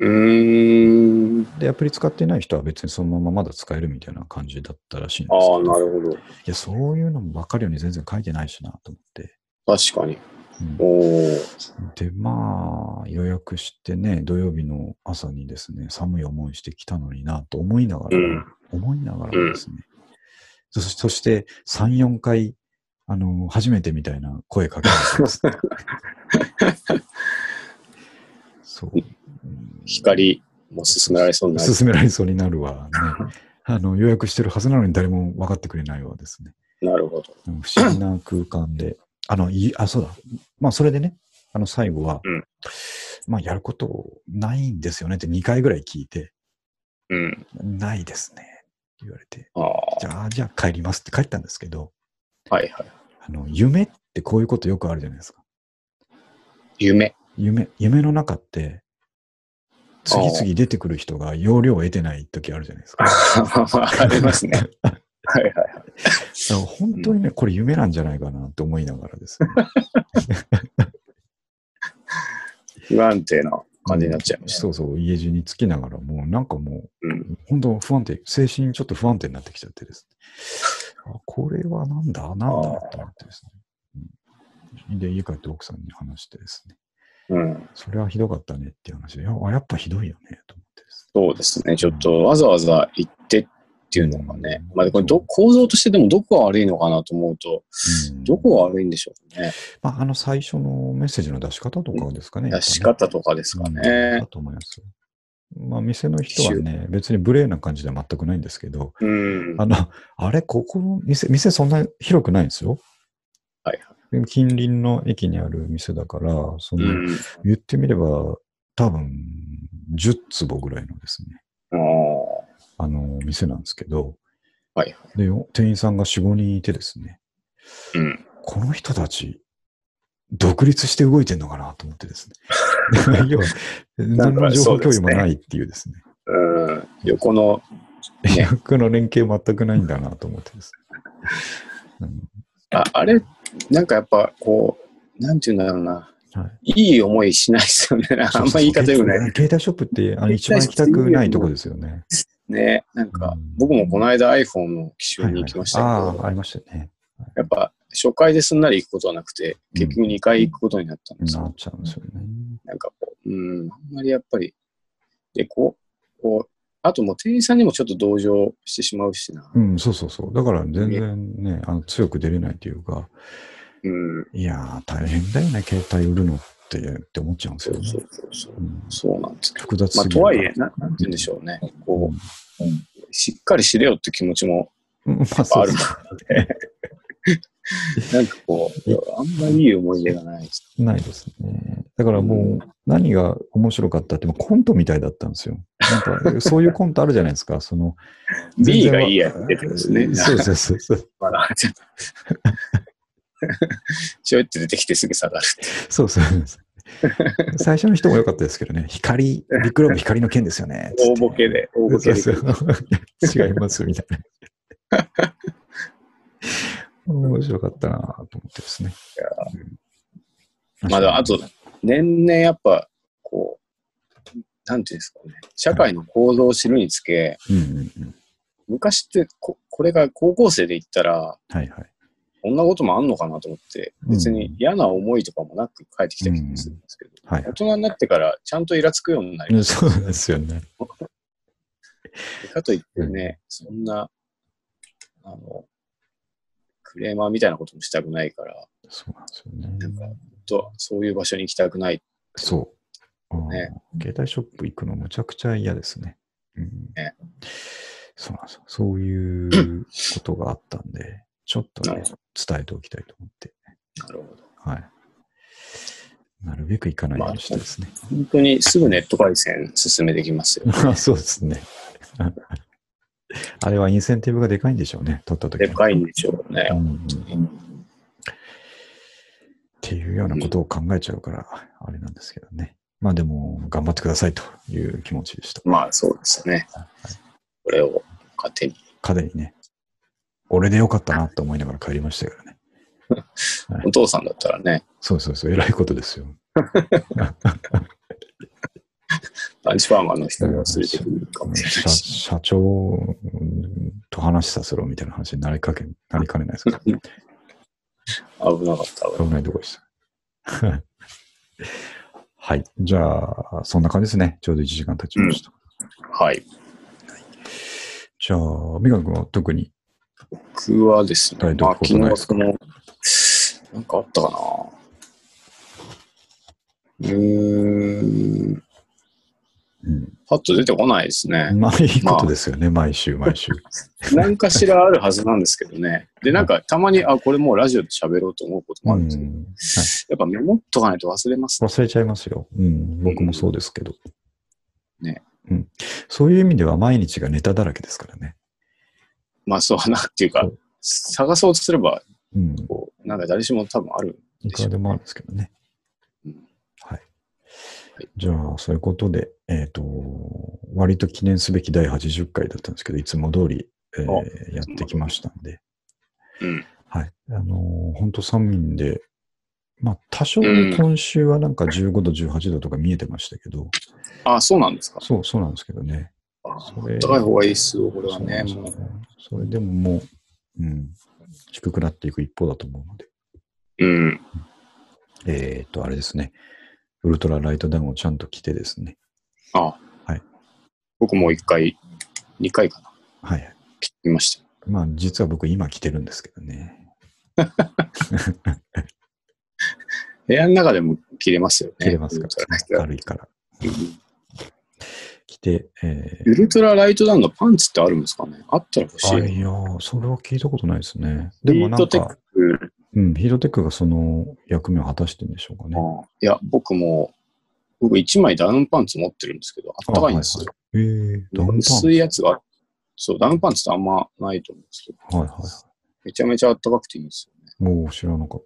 Speaker 2: うーん。
Speaker 1: で、アプリ使ってない人は別にそのまままだ使えるみたいな感じだったらしいん
Speaker 2: あ
Speaker 1: で
Speaker 2: あ
Speaker 1: す、けど、
Speaker 2: ないるほど。
Speaker 1: や、そういうのも分かるように全然書いてないしなと思って。
Speaker 2: 確かに。
Speaker 1: うん
Speaker 2: おお。
Speaker 1: で、まあ、予約してね、土曜日の朝にですね、寒い思いしてきたのになと思いながら、
Speaker 2: うん
Speaker 1: 思いながらもですね、そそして3、4回、あの、初めてみたいな声かけられて ます、そう。うん
Speaker 2: 光も進められそうになる。
Speaker 1: 進められそうになるわ、ね。あの、予約してるはずなのに誰も分かってくれないわですね。
Speaker 2: なるほど。
Speaker 1: うん不思議な空間で。あの、いあ、そうだ。まあ、それでね、あの、最後は、
Speaker 2: うん
Speaker 1: まあ、やることないんですよねって2回ぐらい聞いて、
Speaker 2: うん。
Speaker 1: ないですね。って言われて、
Speaker 2: ああ。
Speaker 1: じゃあ、じゃあ帰りますって帰ったんですけど、
Speaker 2: はいはい。
Speaker 1: あの、夢ってこういうことよくあるじゃないですか。
Speaker 2: 夢。
Speaker 1: 夢、夢の中って、次々出てくる人が容量を得てない時あるじゃないですか。
Speaker 2: ありま すね。はいはいはい。
Speaker 1: だから本当にね、これ夢なんじゃないかなって思いながらですね、
Speaker 2: 不安定な感じになっちゃいました。
Speaker 1: そうそう、家中につきながら、もうなんかも
Speaker 2: う
Speaker 1: う、
Speaker 2: ん。
Speaker 1: 本当不安定、精神ちょっと不安定になってきちゃってですね。あこれはなんだなんだと思ってですね、うんで、家帰って奥さんに話してですね、
Speaker 2: うん。
Speaker 1: それはひどかったねっていう話で、いやあやっぱひどいよね、と思ってですね。
Speaker 2: そうですね。ちょっとわざわざ行ってっていうのがね。
Speaker 1: うん
Speaker 2: まあ、これど構造としてでもどこが悪いのかなと思うと、
Speaker 1: うん
Speaker 2: どこが悪いんでしょうね。
Speaker 1: まあ、あの最初のメッセージの出し方とかですかね。
Speaker 2: 出し方とかですか
Speaker 1: うん
Speaker 2: ね
Speaker 1: だ。と思います。まあ、店の人はね、別に無礼な感じでは全くないんですけど、
Speaker 2: うん。は
Speaker 1: あの、あれ、ここの店、店そんな広くないんですよ。
Speaker 2: いはい。
Speaker 1: でも近隣の駅にある店だから、その、
Speaker 2: うん。
Speaker 1: 言ってみれば、多分、10坪ぐらいのですね、
Speaker 2: ああ。
Speaker 1: あの、店なんですけど、
Speaker 2: はいはい。
Speaker 1: で、よ店員さんが4、5人いてですね、
Speaker 2: うん。
Speaker 1: この人たち、独立して動いてんのかなと思ってですね。 要 は、何の情報共有もないっていうですね。
Speaker 2: うん、横の、
Speaker 1: 予約の連携全くないんだなと思ってです ね。
Speaker 2: ああれ、なんかやっぱこう、なんていうんだろうな。
Speaker 1: うんはい
Speaker 2: いい思いしないですよね。あんま言い方よくない。
Speaker 1: 携帯ショップってあの一番行きたくないとこですよね。
Speaker 2: ね。なんか
Speaker 1: うん、
Speaker 2: 僕もこの間 iPhone の機種に行きましたけど、
Speaker 1: はいはいああ、ありましたね。
Speaker 2: やっぱ初回ですんなり行くことはなくて、結局2回行くことになったんですよ。
Speaker 1: なっちゃうんですよね。
Speaker 2: なんかこう、うん、あんまりやっぱり、で、こう、こう、あともう店員さんにもちょっと同情してしまうしな。
Speaker 1: うん、そうそうそう。だから全然ね、あの強く出れないというか、
Speaker 2: うん、
Speaker 1: いやー、大変だよね、携帯売るのってって思っちゃうんです
Speaker 2: そ
Speaker 1: よ
Speaker 2: う
Speaker 1: ね
Speaker 2: そ。うそうそう。
Speaker 1: うん
Speaker 2: そうなんですよ。
Speaker 1: 複雑す
Speaker 2: ま
Speaker 1: ぎ
Speaker 2: あ、
Speaker 1: る
Speaker 2: と
Speaker 1: か
Speaker 2: は
Speaker 1: ら
Speaker 2: いえ、ななんて言うんでしょうね。こ
Speaker 1: うん
Speaker 2: う、しっかりしれよって気持ちも
Speaker 1: うんまあ、そ
Speaker 2: あ
Speaker 1: う
Speaker 2: る
Speaker 1: で
Speaker 2: の
Speaker 1: す
Speaker 2: で、なんかこ
Speaker 1: え
Speaker 2: う、あんまりいい思い出がないです。
Speaker 1: ないですね。だからもう、何が面白かったって、もうコントみたいだったんですよ。なんか、そういうコントあるじゃないですか、そ の。
Speaker 2: B
Speaker 1: 全然
Speaker 2: が
Speaker 1: わ
Speaker 2: いいやつ出てますね。
Speaker 1: そうそうそうそう。
Speaker 2: まだ、ちょっとちょいって出てきてすぐ下がる。
Speaker 1: そうそうそう。最初の人も良かったですけどね、光、ビッグローブ光の件ですよね。つって
Speaker 2: 大ボケ。で、大ボ
Speaker 1: そ
Speaker 2: ケ
Speaker 1: う
Speaker 2: で。
Speaker 1: そう 違います、みたいな。面白かったなと思ってですね。
Speaker 2: まだ、あと、年々やっぱ、こう、なんていうんですかね、社会の構造を知るにつけ、
Speaker 1: うんうんうん。
Speaker 2: 昔ってこ、これが高校生で言ったら、
Speaker 1: はいはい。
Speaker 2: こんなこともあんのかなと思って、別
Speaker 1: うん
Speaker 2: に嫌な思いとかもなく帰ってきた気がするんですけど、
Speaker 1: はいは
Speaker 2: 大人になってからちゃんとイラつくようになりま
Speaker 1: い。
Speaker 2: し
Speaker 1: そうなんですよね。
Speaker 2: た。かといってね、そんな、あの、クレーマーみたいなこともしたくないから、
Speaker 1: そうなんです
Speaker 2: な
Speaker 1: よ
Speaker 2: ん
Speaker 1: ね。
Speaker 2: か、とそういう場所に行きたくない。
Speaker 1: そう。うん
Speaker 2: ね
Speaker 1: 携帯ショップ行くのむちゃくちゃ嫌ですね。うん
Speaker 2: ね
Speaker 1: そうなんですよ。そういうことがあったんで、ちょっと、
Speaker 2: な
Speaker 1: ね
Speaker 2: るほ、
Speaker 1: 伝えておきたいと思って。
Speaker 2: なるほど。
Speaker 1: はい。なるべく行かないようにしたいですね。
Speaker 2: 本当にすぐネット回線進めてきますよ。
Speaker 1: そうですね。あれはインセンティブがでかいんでしょうね、取った時
Speaker 2: で
Speaker 1: は
Speaker 2: かいんでしょうね
Speaker 1: う。んうんっていうようなことを考えちゃうから、あれなんですけどね。まあでも、頑張ってくださいという気持ちでした。
Speaker 2: まあそうですね。これを糧に。
Speaker 1: 彼にね、俺でよかったなと思いながら帰りましたからね。
Speaker 2: お父さんだったらね、
Speaker 1: そうそうそう、偉いことです よ。
Speaker 2: ランチファーマーの人に忘れてくるかもしれな
Speaker 1: 社
Speaker 2: いし。
Speaker 1: 社長と話させろみたいな話になりかけ、なりかねないですから、
Speaker 2: 危なかった。
Speaker 1: 危ないとこでした。 はい。じゃあ、そんな感じですね。ちょうど1時間経ちました。
Speaker 2: はい。
Speaker 1: じゃあ、三上君は特に、
Speaker 2: 僕はです
Speaker 1: は
Speaker 2: ね、
Speaker 1: いどういうこと
Speaker 2: ま
Speaker 1: ないで
Speaker 2: あ昨日その、なんかあったかなうーん、
Speaker 1: うん、
Speaker 2: パッと出てこないで すね。
Speaker 1: まあいいことですよね。毎週、毎 週。
Speaker 2: 何かしらあるはずなんですけどね。で、なんかたまに、あ、これもうラジオで喋ろうと思うこと
Speaker 1: う
Speaker 2: もあるん
Speaker 1: ん
Speaker 2: ですけど、
Speaker 1: はい
Speaker 2: やっぱメモっとかないと忘れますね。
Speaker 1: 忘れちゃいますよ。うん、僕もそうですけど。
Speaker 2: ね。
Speaker 1: うん。そういう意味では毎日がネタだらけですからね。
Speaker 2: まあそうなっていうか
Speaker 1: そう、
Speaker 2: 探そうとすれば、
Speaker 1: うん。
Speaker 2: こう、なんか誰しも多分ある。
Speaker 1: いくらでもあるんですけどね
Speaker 2: うん。
Speaker 1: はい。じゃあ、そういうことで、えっ、と、割と記念すべき第80回だったんですけど、いつも通り、えーやってきましたんで。
Speaker 2: うん。
Speaker 1: はい。あのー、本当寒いんで、まあ、多少
Speaker 2: うん
Speaker 1: 今週はなんか15度、18度とか見えてましたけど、
Speaker 2: あ、そうなんですか。
Speaker 1: そう、そうなんですけどね。
Speaker 2: あ
Speaker 1: それ
Speaker 2: 高い方がいいっすよ、これは
Speaker 1: そう
Speaker 2: ね
Speaker 1: なん。ですよ
Speaker 2: もう
Speaker 1: それでももう、うん、低くなっていく一方だと思うので、
Speaker 2: うん。
Speaker 1: えーっと、あれですね、ウルトラライトダウンをちゃんと着てですね、
Speaker 2: あ、
Speaker 1: はい。
Speaker 2: 僕もう一回、二回かな。
Speaker 1: はい。
Speaker 2: 聞きました。
Speaker 1: まあ、実は僕今着てるんですけどね、
Speaker 2: 部屋の中でも切れますよね。
Speaker 1: 着れますか
Speaker 2: ウ
Speaker 1: ら、
Speaker 2: ルトラライ
Speaker 1: 軽いから。
Speaker 2: トダウン
Speaker 1: 着て、え
Speaker 2: ウルトラライトダウンのパンツってあるんですかねあったら欲し
Speaker 1: ー、あ
Speaker 2: い。
Speaker 1: いやー、それは聞いたことないですね。で
Speaker 2: ヒ
Speaker 1: も
Speaker 2: ー
Speaker 1: な
Speaker 2: ト
Speaker 1: ん
Speaker 2: テッ
Speaker 1: か、
Speaker 2: ク。
Speaker 1: うん、ヒートテックがその役目を果たしてるんでしょうかね。
Speaker 2: あいや、僕も、僕一枚ダウンパンツ持ってるんですけど、あったかいんですよ。
Speaker 1: えー、ダウンパンツ
Speaker 2: 薄いやつがある。そう、ダウンパンツってあんまないと思うんですけど、
Speaker 1: はいはいはい。
Speaker 2: めちゃめちゃあったかくていいんですよね。
Speaker 1: もう知らなかっ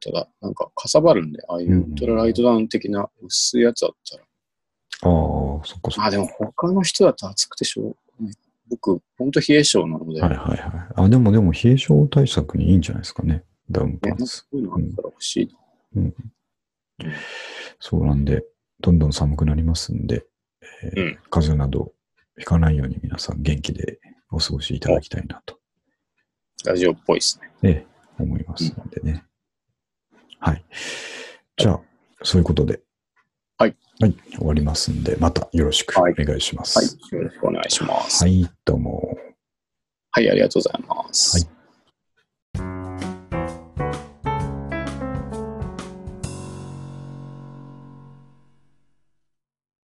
Speaker 1: た。
Speaker 2: ただ、なんかかさばるんで、ああいうウルトラライトダウン的な薄いやつあったら。
Speaker 1: ああ、そっかそっか。
Speaker 2: まあでも他の人だと暑くてしょうがない。僕、ほんと冷え性なので、
Speaker 1: はいはいはい。あ、でもでも、冷え性対策にいいんじゃないですかね。ダウンパ
Speaker 2: ね、
Speaker 1: ンツ。
Speaker 2: そういうのあったら欲しいな。
Speaker 1: そうなんで、どんどん寒くなりますんで、えー
Speaker 2: うん
Speaker 1: 風邪などひかないように皆さん元気でお過ごしいただきたいなと、
Speaker 2: ラジオっぽいですね。
Speaker 1: ええ思いますのでね。はい。じゃあ、そういうことで。
Speaker 2: はい。
Speaker 1: はい。終わりますんで、またよろしくお
Speaker 2: はい
Speaker 1: 願いしま
Speaker 2: はい
Speaker 1: す。。
Speaker 2: よろしくお願いします。
Speaker 1: はい、どうも。
Speaker 2: はい、ありがとうございま
Speaker 1: は
Speaker 2: す。
Speaker 1: い